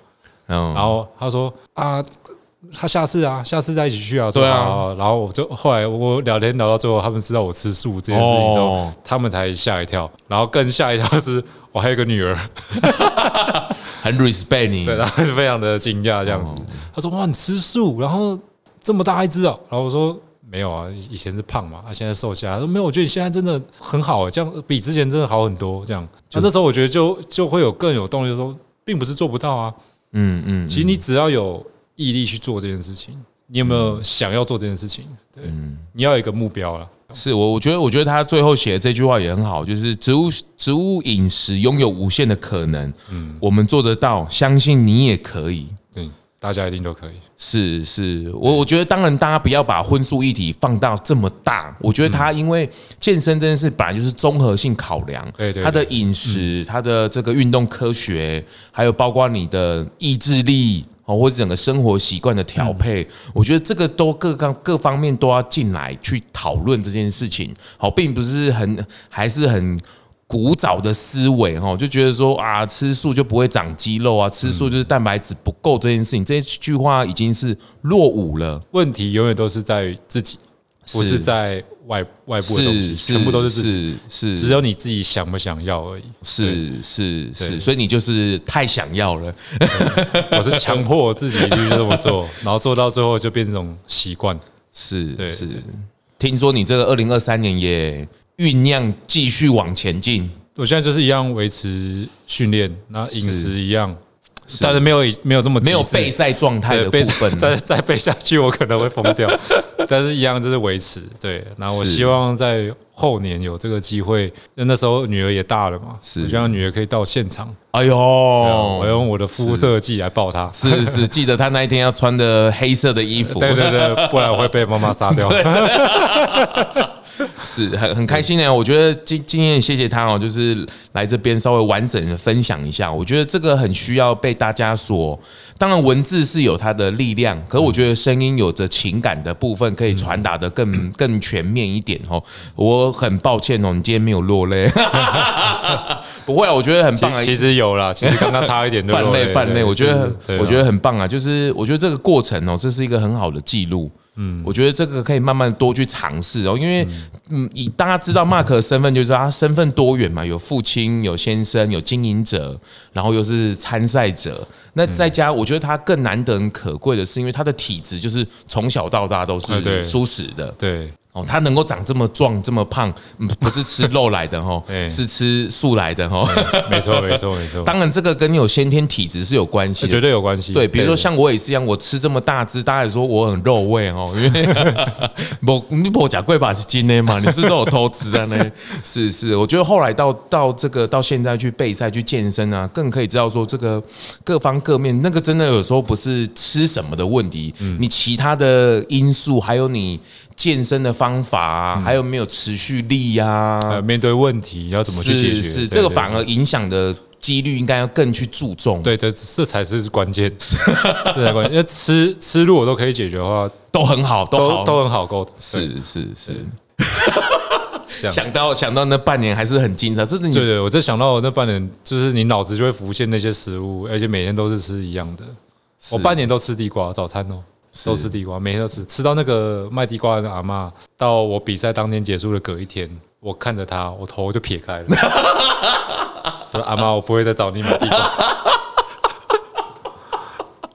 Speaker 1: 嗯，
Speaker 3: 然后他说啊，他下次啊，下次再一起去啊。我说
Speaker 1: 对啊
Speaker 3: 好好好然后我就后来我聊天聊到最后，他们知道我吃素这件事情之后，
Speaker 1: 哦
Speaker 3: 他们才吓一跳。然后更吓一跳的是 我还有个女儿，
Speaker 1: 很 respect 你，
Speaker 3: 对，啊然后就非常的惊讶这样子。
Speaker 1: 哦
Speaker 3: 他说哇，你吃素，然后这么大一只哦。然后我说。没有啊，以前是胖嘛，啊，现在瘦下来。他说没有，我觉得你现在真的很好、欸这样比之前真的好很多。这样，那、这时候我觉得就就会有更有动力说，并不是做不到啊，
Speaker 1: 嗯嗯，
Speaker 3: 其实你只要有毅力去做这件事情，你有没有想要做这件事情？对，
Speaker 1: 嗯
Speaker 3: 你要有一个目标了。
Speaker 1: 是我，我觉得，我觉得他最后写的这句话也很好，就是植物植物饮食拥有无限的可能，嗯，我们做得到，相信你也可以。
Speaker 3: 对，大家一定都可以。
Speaker 1: 是是，我我觉得当然大家不要把荤素一体放到这么大，我觉得它因为健身这件事本来就是综合性考量，
Speaker 3: 对对
Speaker 1: 它的
Speaker 3: 对嗯
Speaker 1: 饮食、它的这个运动科学，还有包括你的意志力。哦，或者整个生活习惯的调配，
Speaker 3: 嗯
Speaker 1: 我觉得这个都各个各方面都要进来去讨论这件事情。好，并不是很还是很古早的思维哈，就觉得说啊，吃素就不会长肌肉啊，吃素就是蛋白质不够这件事情，这句话已经是落伍了。
Speaker 3: 问题永远都是在于自己，不是在外外部的东西，
Speaker 1: 是
Speaker 3: 全部都是自己。
Speaker 1: 是是
Speaker 3: 只有你自己想不想要而已。
Speaker 1: 是是是，
Speaker 3: 对
Speaker 1: 所以你就是太想要了。
Speaker 3: 我是强迫我自己去这么做，然后做到最后就变成一种习惯。
Speaker 1: 是
Speaker 3: 对
Speaker 1: 是
Speaker 3: 对，
Speaker 1: 听说你这个二零二三年也酝酿继续往前进，
Speaker 3: 我现在就是一样维持训练，那饮
Speaker 1: 是
Speaker 3: 食一样，但是没有没有这么
Speaker 1: 没有
Speaker 3: 极致
Speaker 1: 备赛状态
Speaker 3: 对，
Speaker 1: 的
Speaker 3: 背
Speaker 1: 部
Speaker 3: 下
Speaker 1: 分
Speaker 3: 再再背下去，我可能会疯 掉。但是一样就是维持。对，那我
Speaker 1: 是
Speaker 3: 希望在后年有这个机会，那那时候女儿也大了嘛，
Speaker 1: 是
Speaker 3: 我希望女儿可以到现场，
Speaker 1: 哎呦，
Speaker 3: 哦，我用我的肤色剂来抱她。
Speaker 1: 是是，记得他那一天要穿的黑色的衣服。
Speaker 3: 对对对，不然我会被妈妈杀 掉。
Speaker 1: 是很很开心呢、我觉得今今天也谢谢他哦，就是来这边稍微完整的分享一下，我觉得这个很需要被大家所。当然，文字是有它的力量，可我觉得声音有着情感的部分，可以传达的更、更全面一点哦。我很抱歉哦，你今天没有落泪， 不会啊，我觉得很棒啊。
Speaker 3: 其其实有啦，其实刚刚差一点就
Speaker 1: 泛
Speaker 3: 落
Speaker 1: 泪
Speaker 3: 泪
Speaker 1: 泛泪，
Speaker 3: 对
Speaker 1: 我觉得
Speaker 3: 对啊
Speaker 1: 我觉得很棒啊！就是我觉得这个过程哦，这是一个很好的记录。嗯，我觉得这个可以慢慢多去尝试哦，因为嗯，以大家知道 Mark 的身份，就知道他身份多元嘛，有父亲，有先生，有经营者，然后又是参赛者。那
Speaker 3: 嗯
Speaker 1: 再加，我觉得他更难能可贵的是，因为他的体质就是从小到大都
Speaker 3: 哎
Speaker 1: 是
Speaker 3: 对
Speaker 1: 舒适的，
Speaker 3: 对
Speaker 1: 哦，他能够长这么壮、这么胖，嗯不是吃肉来的 哦，
Speaker 3: 对
Speaker 1: 是吃素来的哦。
Speaker 3: 没错没错没错，
Speaker 1: 当然，这个跟你有先天体质是有关系
Speaker 3: 这
Speaker 1: 的，
Speaker 3: 绝对有关系。
Speaker 1: 对，比如说像我也是一样，我吃这么大只，大家也说我很肉味哦， 因为我你不假贵吧是金的嘛，你是不是都有偷吃啊 呢？是是，我觉得后来到到这个到现在去备赛去健身啊，更可以知道说这个各方各面，那个真的有时候不是吃什么的问题，
Speaker 3: 嗯
Speaker 1: 你其他的因素，还有你健身的方法、啊，
Speaker 3: 嗯
Speaker 1: 还有没有持续力呀、
Speaker 3: 对呃面对问题要怎么去解
Speaker 1: 是
Speaker 3: 决，
Speaker 1: 是，
Speaker 3: 对
Speaker 1: 这个
Speaker 3: 对
Speaker 1: 反而影响的几率应该要更去注重。
Speaker 3: 对对，这才是关键， 这才关键。因为吃吃如果都可以解决的话，
Speaker 1: 都很好，都
Speaker 3: 都
Speaker 1: 好
Speaker 3: 都很好沟通。
Speaker 1: 是是是，
Speaker 3: 想
Speaker 1: 想到想到那半年还是很精彩，就是
Speaker 3: 对
Speaker 1: 你
Speaker 3: 对，我就想到我那半年，就是你脑子就会浮现那些食物，而且每天都是吃一样的。我半年都吃地瓜，早餐哦，都吃地瓜，每天都吃，吃到那个卖地瓜的阿嬷，到我比赛当天结束的隔一天，我看着她，我头就 撇开了，说阿妈，我不会再找你买地瓜。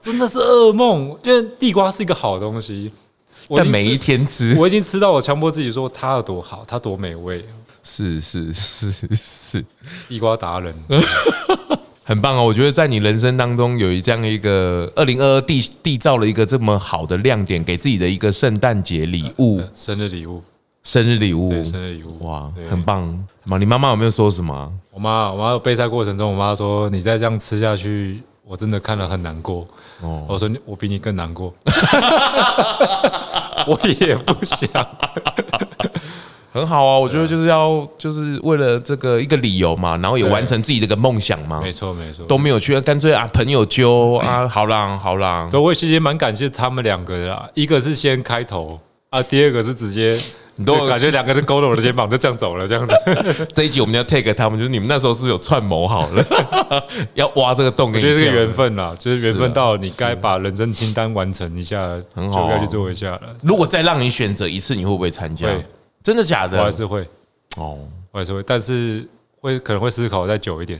Speaker 3: 真的是噩梦，因为地瓜是一个好东西，我已
Speaker 1: 但
Speaker 3: 经
Speaker 1: 每
Speaker 3: 吃
Speaker 1: 一天吃，
Speaker 3: 我已经吃到我强迫自己说它有多好，它多美味，
Speaker 1: 是是是是是，
Speaker 3: 地瓜 达人。
Speaker 1: 很棒哦！我觉得在你人生当中有一这样一个二零二二缔缔造了一个这么好的亮点，给自己的一个圣诞节礼物、
Speaker 3: 生日礼物，
Speaker 1: 生日礼物，
Speaker 3: 呃对，生日礼物，
Speaker 1: 哇
Speaker 3: 对，
Speaker 1: 很棒！妈，你妈妈有没有说什么啊？
Speaker 3: 我妈，我妈备赛过程中，我妈说：“你再这样吃下去，我真的看了很难过。”
Speaker 1: 哦
Speaker 3: 我说你：“我比你更难过。” 我也不想，
Speaker 1: 很好啊，我觉得就是要就是为了这个一个理由嘛，然后也
Speaker 3: 对
Speaker 1: 完成自己的一个梦想嘛，
Speaker 3: 没错没错，
Speaker 1: 都没有去，干脆啊朋友揪啊，好啦好啦，
Speaker 3: 都我其实蛮感谢他们两个的啦，一个是先开头啊，第二个是 直接，你
Speaker 1: 都有
Speaker 3: 都感觉两个人勾了我的肩膀就这样走了，这 样子，
Speaker 1: 这一集我们要 take 他们，就是你们那时候是有串谋好 了，要挖这个洞给
Speaker 3: 我
Speaker 1: 你
Speaker 3: 觉
Speaker 1: 跳。
Speaker 3: 得这个缘分啦，就是缘
Speaker 1: 是啊
Speaker 3: 分到你该把人生清单完成一下，
Speaker 1: 很好啊
Speaker 3: 就该去做一下了。
Speaker 1: 如果再让你选择一次，你会不会参加
Speaker 3: 会？
Speaker 1: 真的假的
Speaker 3: 我？还是会，
Speaker 1: 哦，
Speaker 3: 我还是会，但是会可能会思考再久一点。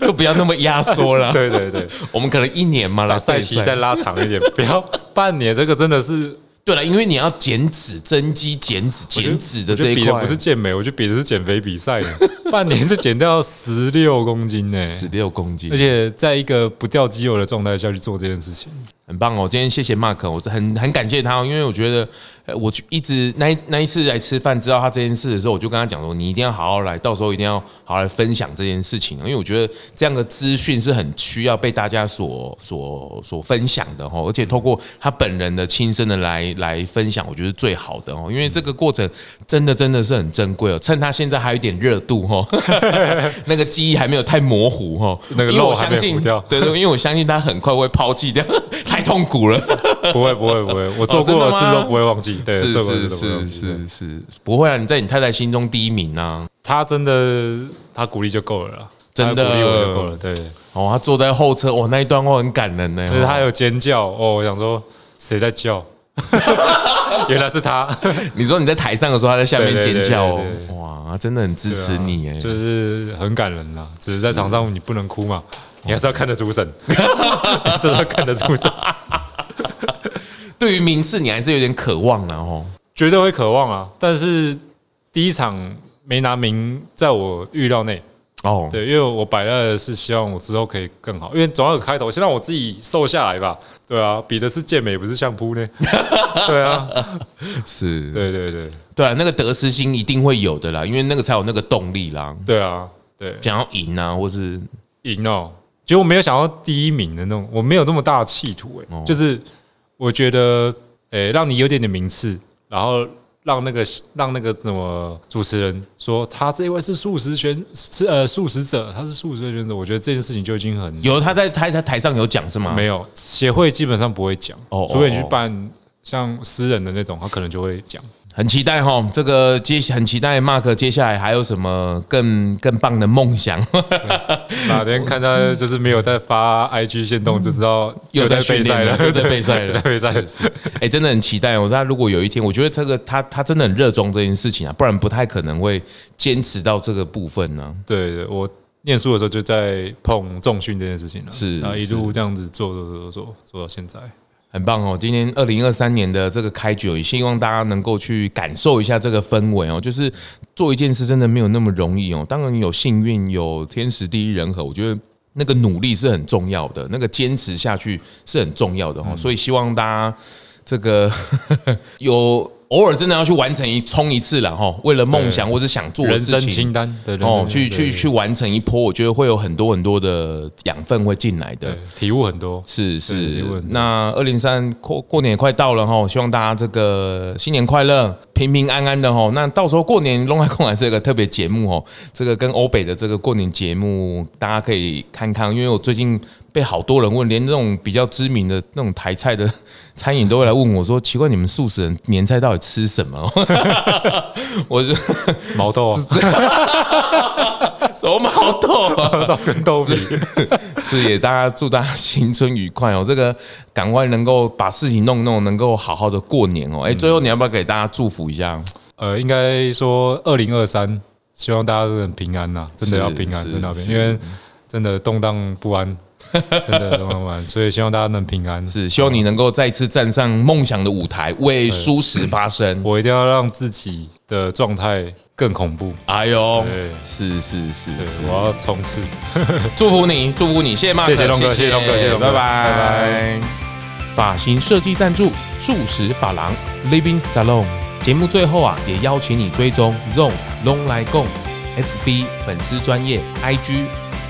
Speaker 1: 就不要那么压缩了。
Speaker 3: 对对对，
Speaker 1: 我们可能一年嘛，
Speaker 3: 把
Speaker 1: 来
Speaker 3: 赛
Speaker 1: 赛
Speaker 3: 期再拉长一点，不要半年，这个真的 是
Speaker 1: 对了，因为你要减脂、增肌、减脂、减脂的
Speaker 3: 我觉
Speaker 1: 这
Speaker 3: 得
Speaker 1: 一
Speaker 3: 比的
Speaker 1: 块，
Speaker 3: 不是健美，我就比的是减肥比赛呢，半年就减掉十六公斤呢、
Speaker 1: 十六公斤
Speaker 3: 而，且在一个不掉肌肉的状态下去做这件事情，
Speaker 1: 很棒哦！今天谢谢 Mark，我很很感谢他、哦，因为我觉得，呃，我就一直那一那一次来吃饭，知道他这件事的时候，我就跟他讲说，你一定要好好来，到时候一定要好好来分享这件事情哦，因为我觉得这样的资讯是很需要被大家所所所分享的哦，而且透过他本人的亲身的来来分享，我觉得是最好的哦，因为这个过程真的真的是很珍贵哦，趁他现在还有一点热度哦， 那个记忆还没有太模糊哦，
Speaker 3: 那个
Speaker 1: 因为我
Speaker 3: 肉还没
Speaker 1: 相信
Speaker 3: 糊掉
Speaker 1: 对对，因为我相信他很快会抛弃掉， 太痛苦了。
Speaker 3: 不会不会 不会，我做
Speaker 1: 哦真的
Speaker 3: 过的
Speaker 1: 吗
Speaker 3: 事都不会忘记，对，
Speaker 1: 是
Speaker 3: 做过的
Speaker 1: 是
Speaker 3: 事都不会忘
Speaker 1: 是
Speaker 3: 记对
Speaker 1: 是是，不会啊！你在你太太心中第一名啊！
Speaker 3: 他真的他鼓励就够了啦，
Speaker 1: 真的
Speaker 3: 他鼓励我就够了，对，
Speaker 1: 哦，她坐在后车，哇，那一段话很感人呢。
Speaker 3: 就是他有尖叫哦，我想说谁在叫， 原来是他，
Speaker 1: 你说你在台上的时候，她在下面尖叫哦
Speaker 3: 对对对，啊
Speaker 1: 哇，她真的很支持你哎。
Speaker 3: 就是很感人啦。只是在场上你不能哭嘛，你还是要看得出神， 你还是要看得出神，
Speaker 1: 对于名次，你还是有点渴望然哦。
Speaker 3: 绝对会渴望啊。但是第一场没拿名，在我预料内，
Speaker 1: 哦，
Speaker 3: 对，因为我摆烂的是希望我之后可以更好，因为总要有开头，先让我自己瘦下来吧。对啊，比的是健美，不是相扑呢。 对啊，
Speaker 1: 是，
Speaker 3: 对对对
Speaker 1: 对啊，那个得失心一定会有的啦，因为那个才有那个动力啦，
Speaker 3: 对啊，对
Speaker 1: 想要赢啊，或是
Speaker 3: 赢哦。其实我没有想要第一名的那种，我没有那么大的企图、欸，
Speaker 1: 哦
Speaker 3: 就是我觉得，诶、让你有点点名次，然后让那个让那个什么主持人说他这一位是素食选是呃素食者，他是素食选手，我觉得这件事情就已经很
Speaker 1: 有她在台台台上有讲是吗？
Speaker 3: 没有协会基本上不会讲，
Speaker 1: 哦哦
Speaker 3: 除非你去办像私人的那种，他可能就会讲。
Speaker 1: 很期待哈，这个接很期待 Mark 接下来还有什么更更棒的梦想？
Speaker 3: 哪天看他就是没有在发 IG 线动，就知道
Speaker 1: 又在
Speaker 3: 备
Speaker 1: 训
Speaker 3: 赛
Speaker 1: 练
Speaker 3: 了，
Speaker 1: 了，又在备赛
Speaker 3: 又
Speaker 1: 了
Speaker 3: 在，备赛了。
Speaker 1: 是。是哎、真的很期待哦。他如果有一天，我觉得这个他他真的很热衷这件事情啊，不然不太可能会坚持到这个部分呢、
Speaker 3: 对对，我念书的时候就在碰重训这件事情了，
Speaker 1: 是
Speaker 3: 然后一路这样子做做做做做做到现在。
Speaker 1: 很棒哦！今天二零二三年的这个开局哦，也希望大家能够去感受一下这个氛围哦。就是做一件事真的没有那么容易哦。当然有幸运，有天时地利人和，我觉得那个努力是很重要的，那个坚持下去是很重要的
Speaker 3: 嗯
Speaker 1: 哦。所以希望大家这个 有偶尔真的要去完成一冲一次了哈、哦，为了梦想或是想做的
Speaker 3: 人
Speaker 1: 事
Speaker 3: 生
Speaker 1: 情
Speaker 3: 清单，对对
Speaker 1: 哦，
Speaker 3: 对
Speaker 1: 去
Speaker 3: 对
Speaker 1: 去去完成一波，我觉得会有很多很多的养分会进来的
Speaker 3: 对。体悟很多，
Speaker 1: 是是
Speaker 3: 提问，
Speaker 1: 那二零三过过年也快到了哈，希望大家这个新年快乐，平平安安的哈。那到时候过年龙海空还是有个特别节目哦，这个跟欧北的这个过年节目，大家可以看看，因为我最近被好多人问，连那种比较知名的那种台菜的 餐饮都会来问我说，奇怪你们素食人年菜到底吃什么？ 我就
Speaker 3: 毛豆啊，
Speaker 1: 什么毛豆啊？
Speaker 3: 毛豆 跟豆皮，
Speaker 1: 是也，大家祝大家新春愉快哦！这个赶快能够把事情弄弄，能够好好的过年哦。哎、
Speaker 3: 嗯
Speaker 1: 最后你要不要给大家祝福一下？
Speaker 3: 呃，应该说二零二三，啊希望大家都很平安呐、真的要平安，
Speaker 1: 是
Speaker 3: 真的要平安，
Speaker 1: 是
Speaker 3: 因为真的动荡不安，真的慢慢，所以希望大家能平安。
Speaker 1: 是希望你能够再次站上梦想的舞台，为舒适发声。
Speaker 3: 我一定要让自己的状态更恐怖。
Speaker 1: 哎呦
Speaker 3: 对，
Speaker 1: 是是是
Speaker 3: 对
Speaker 1: 是，，
Speaker 3: 我要冲刺。
Speaker 1: 祝福你，祝福你，谢谢马克，
Speaker 3: 谢谢龙哥谢谢龙哥谢谢龙
Speaker 1: 拜
Speaker 3: 哥拜
Speaker 1: 拜
Speaker 3: 拜。
Speaker 1: 发型设计赞助素食发廊 Living Salon。节目最后啊，也邀请你追踪 Zone Long 来共 FB 粉丝专业 IG，